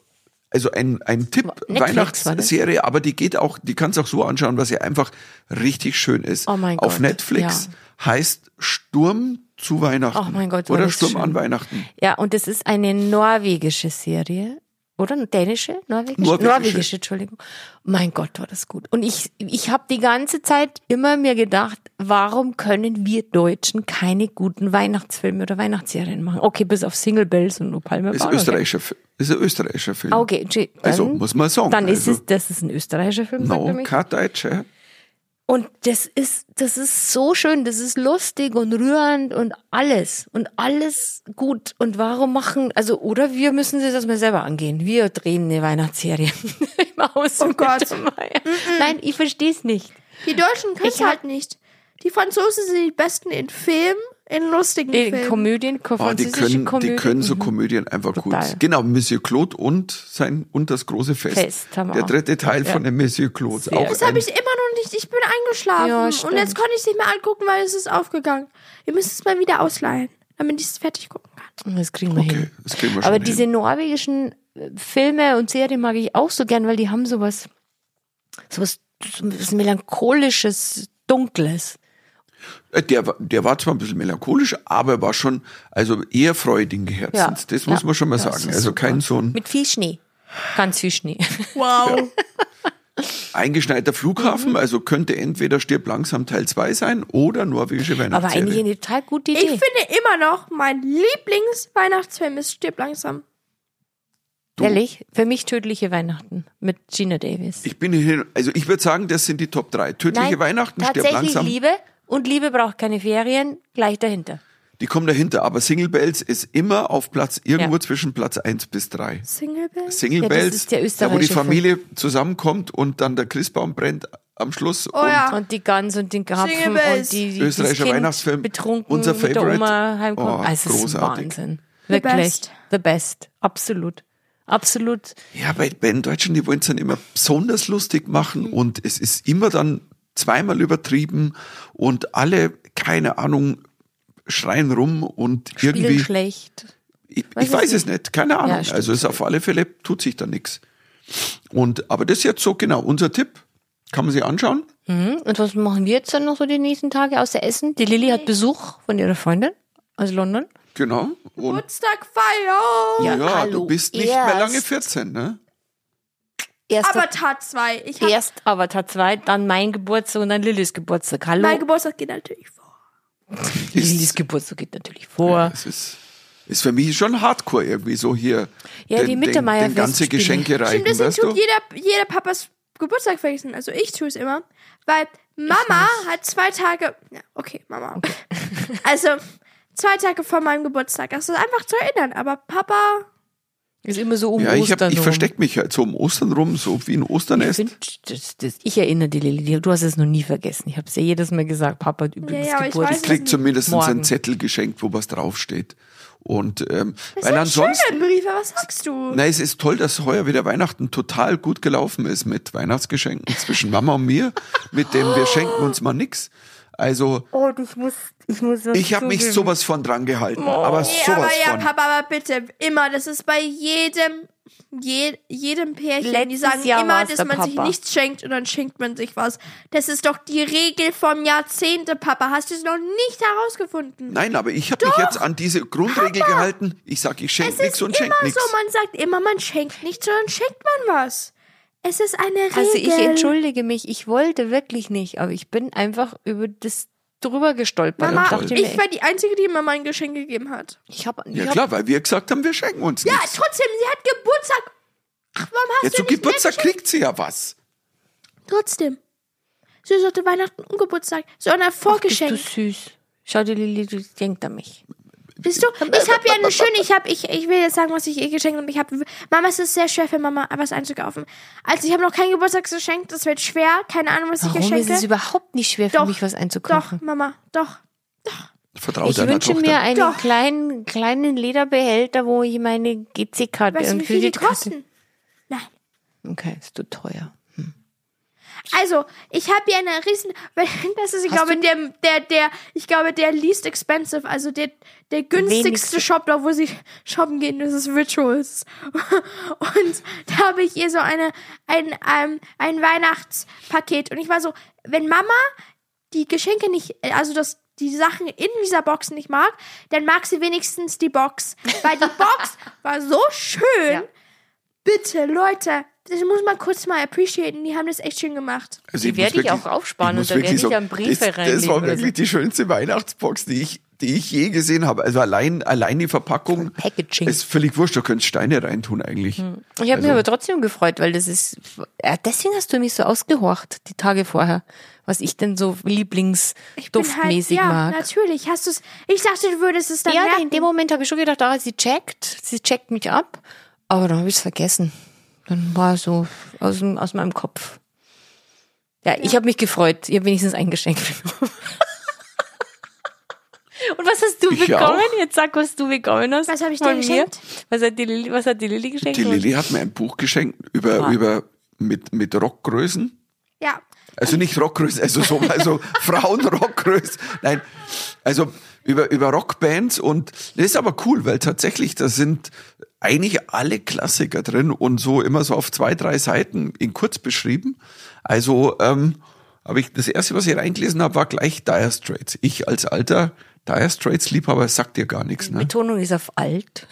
also ein, ein Tipp,
Netflix
Weihnachtsserie, aber die geht auch, die kannst auch so anschauen, was ja einfach richtig schön ist.
Oh mein
auf
Gott,
Netflix heißt Sturm zu Weihnachten.
Oh mein Gott, war
Oder
das
Sturm
schön.
an Weihnachten.
Ja, und es ist eine norwegische Serie. Oder eine dänische? Norwegische?
Norwegische.
Entschuldigung. Mein Gott, war das gut. Und ich, ich habe die ganze Zeit immer mir gedacht, warum können wir Deutschen keine guten Weihnachtsfilme oder Weihnachtsserien machen? Okay, bis auf Single Bells und Palme
Ist ein österreichischer, Fi- ist ein österreichischer Film.
Ah, Okay, okay dann,
Also, muss man sagen,
Dann ist
also.
es, das ist ein österreichischer Film, sagt er
No,
mich.
kein Deutscher.
Und das ist, das ist so schön, das ist lustig und rührend und alles und alles gut. Und warum machen, also, oder wir müssen das erstmal selber angehen. Wir drehen eine Weihnachtsserie im Haus.
Oh
mit
Gott.
der Maya. Nein, ich verstehe es nicht.
Die Deutschen können es
Ich hab-
halt nicht. Die Franzosen sind die besten in Filmen, in lustigen
In
Filmen.
Komödien, ko-
Ah, die,
französische
können, die
Komödien.
können so
Mhm.
Komödien einfach
Total.
gut. Genau, Monsieur Claude und sein und das große Fest.
Fest haben wir
Der
auch.
dritte Teil
Ja.
von dem Monsieur Claude.
Sehr
Auch
Das
ein-
habe ich immer noch nicht. Ich bin eingeschlafen.
Ja, stimmt.
und jetzt konnte ich es nicht mehr angucken, weil es ist aufgegangen. Ihr müsst es mal wieder ausleihen, damit ich es fertig gucken kann.
Das kriegen wir
Okay,
hin.
das kriegen wir schon
Aber
hin.
diese norwegischen äh, Filme und Serien mag ich auch so gern, weil die haben sowas, sowas, sowas melancholisches, dunkles.
Äh, Der, war- der war zwar ein bisschen melancholisch, aber er war schon, also eher freudigen Herzens.
Ja,
Das muss
ja.
man schon mal
Ja, das
sagen.
ist
Also
super.
kein so ein
Mit viel Schnee. Ganz viel Schnee.
Wow.
eingeschneiter Flughafen,
Mhm.
also könnte entweder Stirb langsam Teil 2 sein oder norwegische
Aber eigentlich
Weihnachtsserie.
eine total gute
Ich
Idee.
finde immer noch, mein Lieblingsweihnachtsfilm ist Stirb langsam.
Ehrlich, für mich tödliche Weihnachten mit Gina Davis.
Ich bin hier, also ich würde sagen, das sind die Top 3. Tödliche Weihnachten, Stirb
tatsächlich
langsam.
Liebe und Liebe braucht keine Ferien, gleich dahinter.
Die kommen dahinter, aber Single Bells ist immer auf Platz, irgendwo
Ja.
zwischen Platz 1 bis 3.
Single Bell?
Single
Ja, das
Bells,
ist der
da wo die
österreichische
Familie zusammenkommt und dann der Christbaum brennt am Schluss
Oh
und
ja.
Und die Gans und den Karpfen
Jingle Bells.
und die, die das
Österreichischer
kind
Weihnachtsfilm,
betrunken
unser
mit der
Favorite.
Oma heimkommt.
Oh,
also es ist
großartig.
Wahnsinn.
The
Wirklich.
best.
The best. Absolut. Absolut.
Ja, bei, bei den Deutschen, die wollen es dann immer besonders lustig
Mhm.
machen und es ist immer dann zweimal übertrieben und alle, keine Ahnung, schreien rum und
Spielen
irgendwie.
schlecht.
Ich,
Weiß
ich weiß
es
es nicht, keine Ahnung.
stimmt.
also es ist auf alle Fälle tut sich da nichts. Und aber das ist jetzt so genau unser Tipp. Kann man sich anschauen.
Mhm. Und was machen wir jetzt dann noch so die nächsten Tage außer Essen? Die Lilly hat Besuch von ihrer Freundin aus London.
Genau. Und
Geburtstag feiern.
ja,
hallo,
du bist nicht mehr
erst.
lange 14, ne?
Erster
Aber Tat 2. Ich hab,
Erst Avatar 2, dann mein Geburtstag und dann Lillys Geburtstag. Hallo.
mein Geburtstag geht natürlich vor.
Lillys Geburtstag geht natürlich vor.
Das ist, ist für mich schon Hardcore irgendwie so hier.
Ja, die Mittermeier-
Den, den ganze
Festspiele.
Geschenke reichen,
Stimmt, deswegen
weißt du?
tut jeder, jeder Papas Geburtstag vergessen. Also ich tue es immer. Weil Mama hat zwei Tage. Ja, okay, Mama. also zwei Tage vor meinem Geburtstag. Das ist einfach zu erinnern. Aber Papa.
Ist immer so um
Ja, ich, hab-
Ostern
ich
rum.
verstecke mich halt so um Ostern rum, so wie ein
Ich,
Osternest.
find, das, das, ich erinnere die Lilly, die- du hast es noch nie vergessen. Ich habe es ja jedes Mal gesagt, Papa hat übrigens
Ja, ja, aber ich
Geburtstag.
weiß es
Kriegt zumindest
Morgen.
einen Zettel geschenkt, wo was draufsteht. Und ähm, weil
Das sind
ansonsten,
schöne Briefe. Was sagst du?
na, es ist toll, dass heuer wieder Weihnachten total gut gelaufen ist mit Weihnachtsgeschenken zwischen Mama und mir, mit dem wir schenken uns mal nix. Also
Oh, ich muss, ich muss was
ich habe mich
zugeben.
sowas von dran gehalten, aber sowas
Ja, aber ja,
von.
Papa, aber bitte, immer, das ist bei jedem, je, jedem Pärchen, die
Letztes
sagen
Jahr
immer,
war's
dass
der
man sich
Papa.
nichts schenkt und dann schenkt man sich was. Das ist doch die Regel vom Jahrzehnte, Papa. Hast du es noch nicht herausgefunden?
Nein, aber ich habe mich jetzt an diese Grundregel gehalten. Ich sage, ich
es
schenke
ist
nix und
immer
schenke nix.
so, man sagt immer, man schenkt nichts, sondern schenkt man was. Es ist eine Regel.
Also ich entschuldige mich, ich wollte wirklich nicht, aber ich bin einfach über das drüber gestolpert
Mama,
und dachte mir,
ich war die Einzige, die mir mein Geschenk gegeben hat.
ich habe
Ja klar, weil wir gesagt haben, wir schenken uns
Ja,
nichts.
trotzdem, sie hat Geburtstag. Ach, warum hast
Ja,
du
zu
nicht mehr
Geburtstag kriegt sie ja was.
Trotzdem. Sie sollte Weihnachten und Geburtstag, sondern
bist du
vorgeschenkt.
süß. Schau, die Lilly, die denkt an mich.
Bist du?
Äh,
Ich habe ja eine schöne, ich habe, ich, ich will jetzt sagen, was ich ihr geschenkt habe. Ich habe, Mama, es ist sehr schwer für Mama, was einzukaufen. Also ich habe noch kein Geburtstagsgeschenk, das wird schwer. Keine Ahnung, was ich
Warum
ihr
ist es
schenke.
überhaupt nicht schwer für
Doch,
mich, was
Doch,
einzukaufen?
Mama, doch.
Vertraut
Ich
deiner
wünsche
Oh, Tochter.
mir einen
Doch.
kleinen, kleinen Lederbehälter, wo ich meine GC-Karte
Weißt du,
ähm,
wie
für
viel die
Kasse-
kosten? Nein.
Okay, ist zu teuer.
Also, ich habe hier eine riesen, weil das ist, ich
Hast
glaube, der, der, der, ich glaube, der least expensive, also der, der günstigste
Wenigste.
Shop, da wo sie shoppen gehen, das ist Rituals. Und da habe ich ihr so eine, ein, ähm, ein Weihnachtspaket. Und ich war so, wenn Mama die Geschenke nicht, also das, die Sachen in dieser Box nicht mag, dann mag sie wenigstens die Box. Weil die Box war so schön.
Ja.
Bitte, Leute, das muss man kurz mal appreciaten. Die haben das echt schön gemacht.
Also
Die
muss
werde ich
wirklich-
auch aufsparen
muss
und da werde
wirklich
ich
sagen,
dann Briefe
das, das war
reinlegen oder
wirklich die schönste Weihnachtsbox, die ich, die ich je gesehen habe. Also allein, allein die Verpackung.
Packaging. Hm.
Ist völlig wurscht, da könntest Steine reintun eigentlich.
Ich habe mich aber trotzdem gefreut, weil das ist. Ja, deswegen hast du mich so ausgehorcht, die Tage vorher, was ich denn so lieblingsduftmäßig
halt, ja,
mag.
natürlich. Hast du's, ich dachte, du würdest es dann
Ja,
merken.
in dem Moment habe ich schon gedacht, ah, sie checkt, sie checkt mich ab, aber dann habe ich es vergessen. Dann war so aus, dem, aus meinem Kopf. Ja, ich habe mich gefreut. Ihr habt wenigstens ein Geschenk bekommen. Und was hast du
Ich
bekommen?
auch.
Jetzt sag, was du bekommen hast.
Was habe ich dir
von mir.
geschenkt?
Was hat die Lilly, was hat die Lilly geschenkt?
Die Lilly hat mir ein Buch geschenkt über,
Ah.
über mit, mit Rockgrößen.
ja.
Also nicht Rockgrößen, also so, also Frauenrockgrößen. Nein, also über, über Rockbands und das ist aber cool, weil tatsächlich da sind eigentlich alle Klassiker drin und so immer so auf zwei, drei Seiten in kurz beschrieben. Also ähm, habe ich das erste, was ich reingelesen habe, war gleich Dire Straits. Ich als alter Dire Straits Liebhaber sagt dir gar nichts, ne?
Betonung ist auf alt.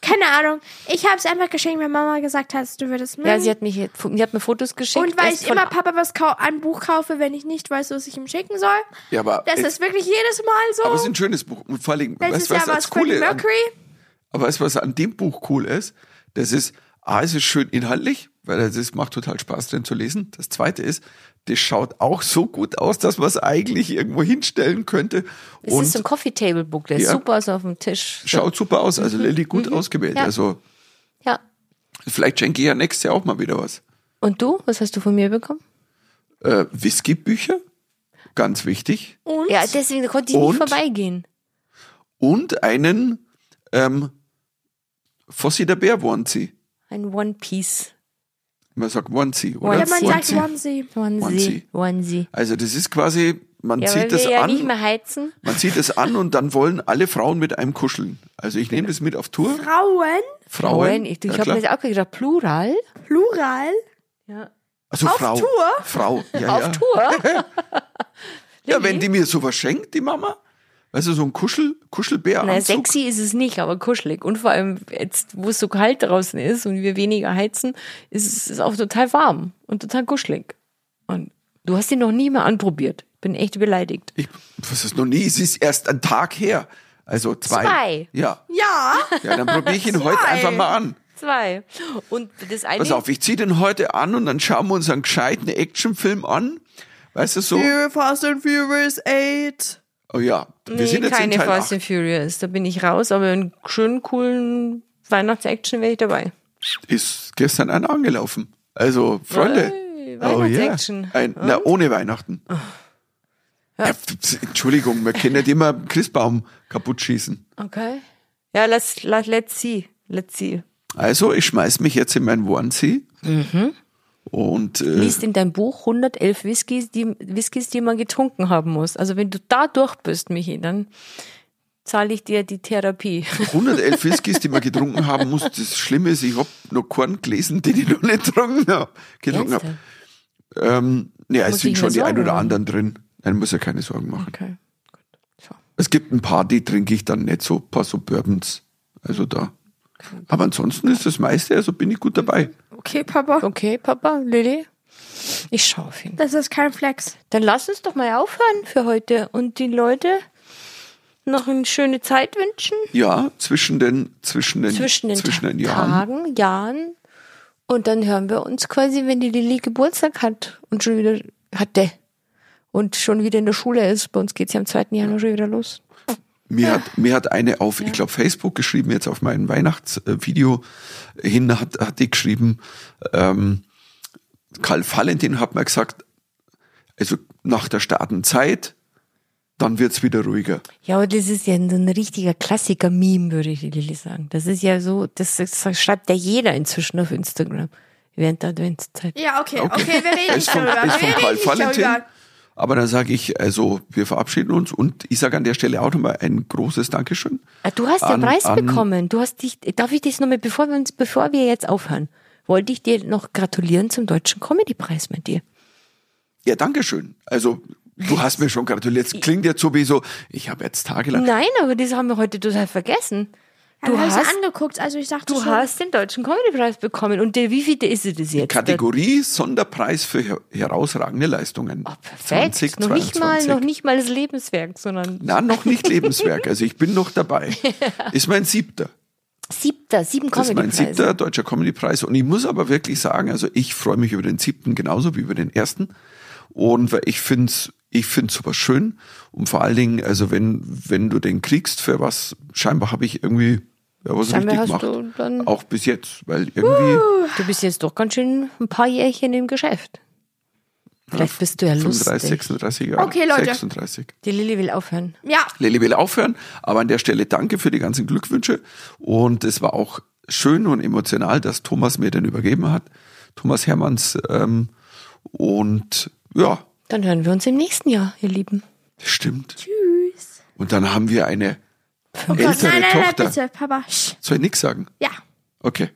Keine Ahnung. Ich habe es einfach geschenkt, weil Mama gesagt hat, du würdest mögen.
Ja, sie hat, mich, jetzt- sie hat mir Fotos geschickt.
Und weil
erst
ich
von-
immer Papa was kau ein Buch kaufe, wenn ich nicht weiß, was ich ihm schicken soll.
Ja, aber-
Das ist wirklich jedes Mal so.
Aber es ist ein schönes Buch und vor allem,
Letztes
weißt du,
Jahr
was
war es
das Coole
Freddie
an,
Mercury.
Aber weißt du, was an dem Buch cool ist? Das ist, A, es ist schön inhaltlich, weil es ist, macht total Spaß drin zu lesen. Das zweite ist, das schaut auch so gut aus, dass man es eigentlich irgendwo hinstellen könnte.
Es
und
ist so ein Coffee Table Book, der ist
Ja.
super so auf dem Tisch. So.
schaut super aus. Also Lilly gut ausgewählt.
Mhm. Ja.
Also
Ja.
vielleicht schenke ich ja nächstes Jahr auch mal wieder was.
Und du, was hast du von mir bekommen?
Äh, Whiskybücher, ganz wichtig.
Und
Ja, deswegen konnte ich
Und?
nicht vorbeigehen.
Und einen ähm, Fossi der Bär Onesie.
Ein One Piece.
Man sagt Onesie, oder?
ja, man sagt
Onesie.
Onesie.
Onesie.
Onesie.
Onesie.
Also das ist quasi, man
Ja, weil
zieht das
wir ja
an.
nicht mehr heizen.
Man zieht es an und dann wollen alle Frauen mit einem kuscheln. Also ich nehme das mit auf Tour.
Frauen,
Frauen.
Ich,
ja
ich habe
klar.
mir das auch gedacht, Plural.
Plural,
Ja.
also
auf
Frau.
Tour?
Frau. Ja,
Auf
ja.
Tour.
Ja, wenn die mir sowas schenkt, die Mama. Weißt du, so ein Kuschel,
Na,
Kuschelbäranzug.
sexy ist es nicht, aber kuschelig. Und vor allem jetzt, wo es so kalt draußen ist und wir weniger heizen, ist es auch total warm und total kuschelig. Und du hast ihn noch nie mal anprobiert. Bin echt beleidigt.
Ich, was ist noch nie? Es ist erst ein Tag her. Also zwei.
Zwei.
Ja.
Ja.
Ja, dann probiere ich ihn heute einfach mal an.
Zwei. Und das eine.
Pass auf, ich ziehe den heute an und dann schauen wir uns einen gescheiten Actionfilm an. Weißt du so?
Fast and Furious 8.
Oh ja, wir
nee,
sind jetzt
keine
in Teil
Fast
8.
and Furious. Da bin ich raus, aber einen schönen, coolen Weihnachtsaction wäre ich dabei.
Ist gestern einer angelaufen. Also, Freunde.
Hey,
Oh ja.
Weihnachtsaction.
Ein, na, ohne Weihnachten.
Ah.
Ja, pf- Entschuldigung, man kann nicht immer einen Christbaum kaputt schießen.
Okay. Ja, let's, let, let's see. Let's see.
Also, ich schmeiß mich jetzt in mein Onesie.
Mhm.
Und äh,
Liest in deinem Buch 111 Whiskys die, Whiskys, die man getrunken haben muss. Also wenn du da durch bist, Michi, dann zahle ich dir die Therapie.
111 Whiskys, die man getrunken haben muss. Das Schlimme ist, ich hab noch keinen gelesen, den ich noch nicht getrunken habe. Getrunken hab.
Ernsthaft?
ähm, ja,
Muss
es sind
ich
schon
mir
die ein
Sorgen
oder
machen?
anderen drin. Nein, muss ja keine Sorgen machen.
Okay.
Es gibt ein paar, die trinke ich dann nicht so, ein paar so Bourbons. Also da. Aber ansonsten ist das meiste, also bin ich gut dabei.
Okay, Papa.
Okay, Papa, Lilly. Ich schaue auf ihn.
Das ist kein Flex.
Dann lass uns doch mal aufhören für heute und den Leute noch eine schöne Zeit wünschen.
Ja, zwischen den, zwischen den,
zwischen den,
zwischen den
Ta-
Jahren.
Tagen, Jahren. Und dann hören wir uns quasi, wenn die Lilly Geburtstag hat und schon wieder hatte und schon wieder in der Schule ist. Bei uns geht's ja am 2. Januar schon wieder los.
Mir hat, mir hat eine auf, ich glaube, Facebook geschrieben, jetzt auf mein Weihnachtsvideo hin, hat, hat die geschrieben, ähm, Karl Valentin hat mir gesagt, also nach der Staatenzeit, dann wird's wieder ruhiger.
Ja, aber das ist ja ein, ein richtiger Klassiker-Meme, würde ich die Lilly sagen. Das ist ja so, das, das schreibt ja jeder inzwischen auf Instagram während der Adventszeit.
Ja, okay, okay,
Okay.
wir reden
ist
nicht
von,
darüber.
ist von
wir
Karl
reden nicht
Valentin.
darüber.
Aber dann sage ich, also wir verabschieden uns und ich sage an der Stelle auch nochmal ein großes Dankeschön.
Ah, Du hast
An-
den Preis
an-
bekommen. Du hast dich, darf ich dich nochmal, bevor wir uns, bevor wir jetzt aufhören, wollte ich dir noch gratulieren zum Deutschen Comedy-Preis mit dir.
Ja, Dankeschön. Also du hast mir schon gratuliert. Es klingt jetzt so wie so, ich habe jetzt tagelang.
Nein, aber das haben wir heute total vergessen.
Ja,
Du
wir haben
hast,
es angeguckt, also ich dachte
du
schon.
hast den Deutschen Comedy-Preis bekommen. Und der, wie viel ist es das jetzt?
Kategorie Sonderpreis für her- herausragende Leistungen.
Der- Oh, Ah, Perfekt. noch nicht mal, noch nicht mal das Lebenswerk, sondern
Na, noch nicht Lebenswerk. Also ich bin noch dabei. Ist mein siebter.
siebter, sieben
Das ist mein
Comedy-Preise.
siebter deutscher Comedy-Preis. Und ich muss aber wirklich sagen, also ich freue mich über den siebten genauso wie über den ersten. Und weil ich finde es ich find's super schön. Und vor allen Dingen, also wenn, wenn du den kriegst, für was, scheinbar habe ich irgendwie ja, was
Scheinbar
richtig
hast
gemacht.
du dann-
Auch bis jetzt, weil irgendwie
Du bist jetzt doch ganz schön ein paar Jährchen im Geschäft. Vielleicht bist du ja
35,
lustig.
36 Jahre.
Okay, Leute.
36.
Die Lilly will aufhören.
Ja,
Lilly will aufhören, aber an der Stelle danke für die ganzen Glückwünsche und es war auch schön und emotional, dass Thomas mir den übergeben hat, Thomas Hermanns ähm, und ja,
Dann hören wir uns im nächsten Jahr, ihr Lieben.
stimmt.
tschüss.
Und dann haben wir eine ältere
Oh Gott, nein, nein, nein,
Tochter.
bitte, Papa. Sch,
Soll ich nichts sagen?
ja,
Okay.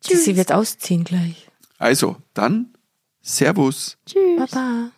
Sie
tschüss.
wird ausziehen gleich.
Also, dann Servus.
Tschüss.
Baba.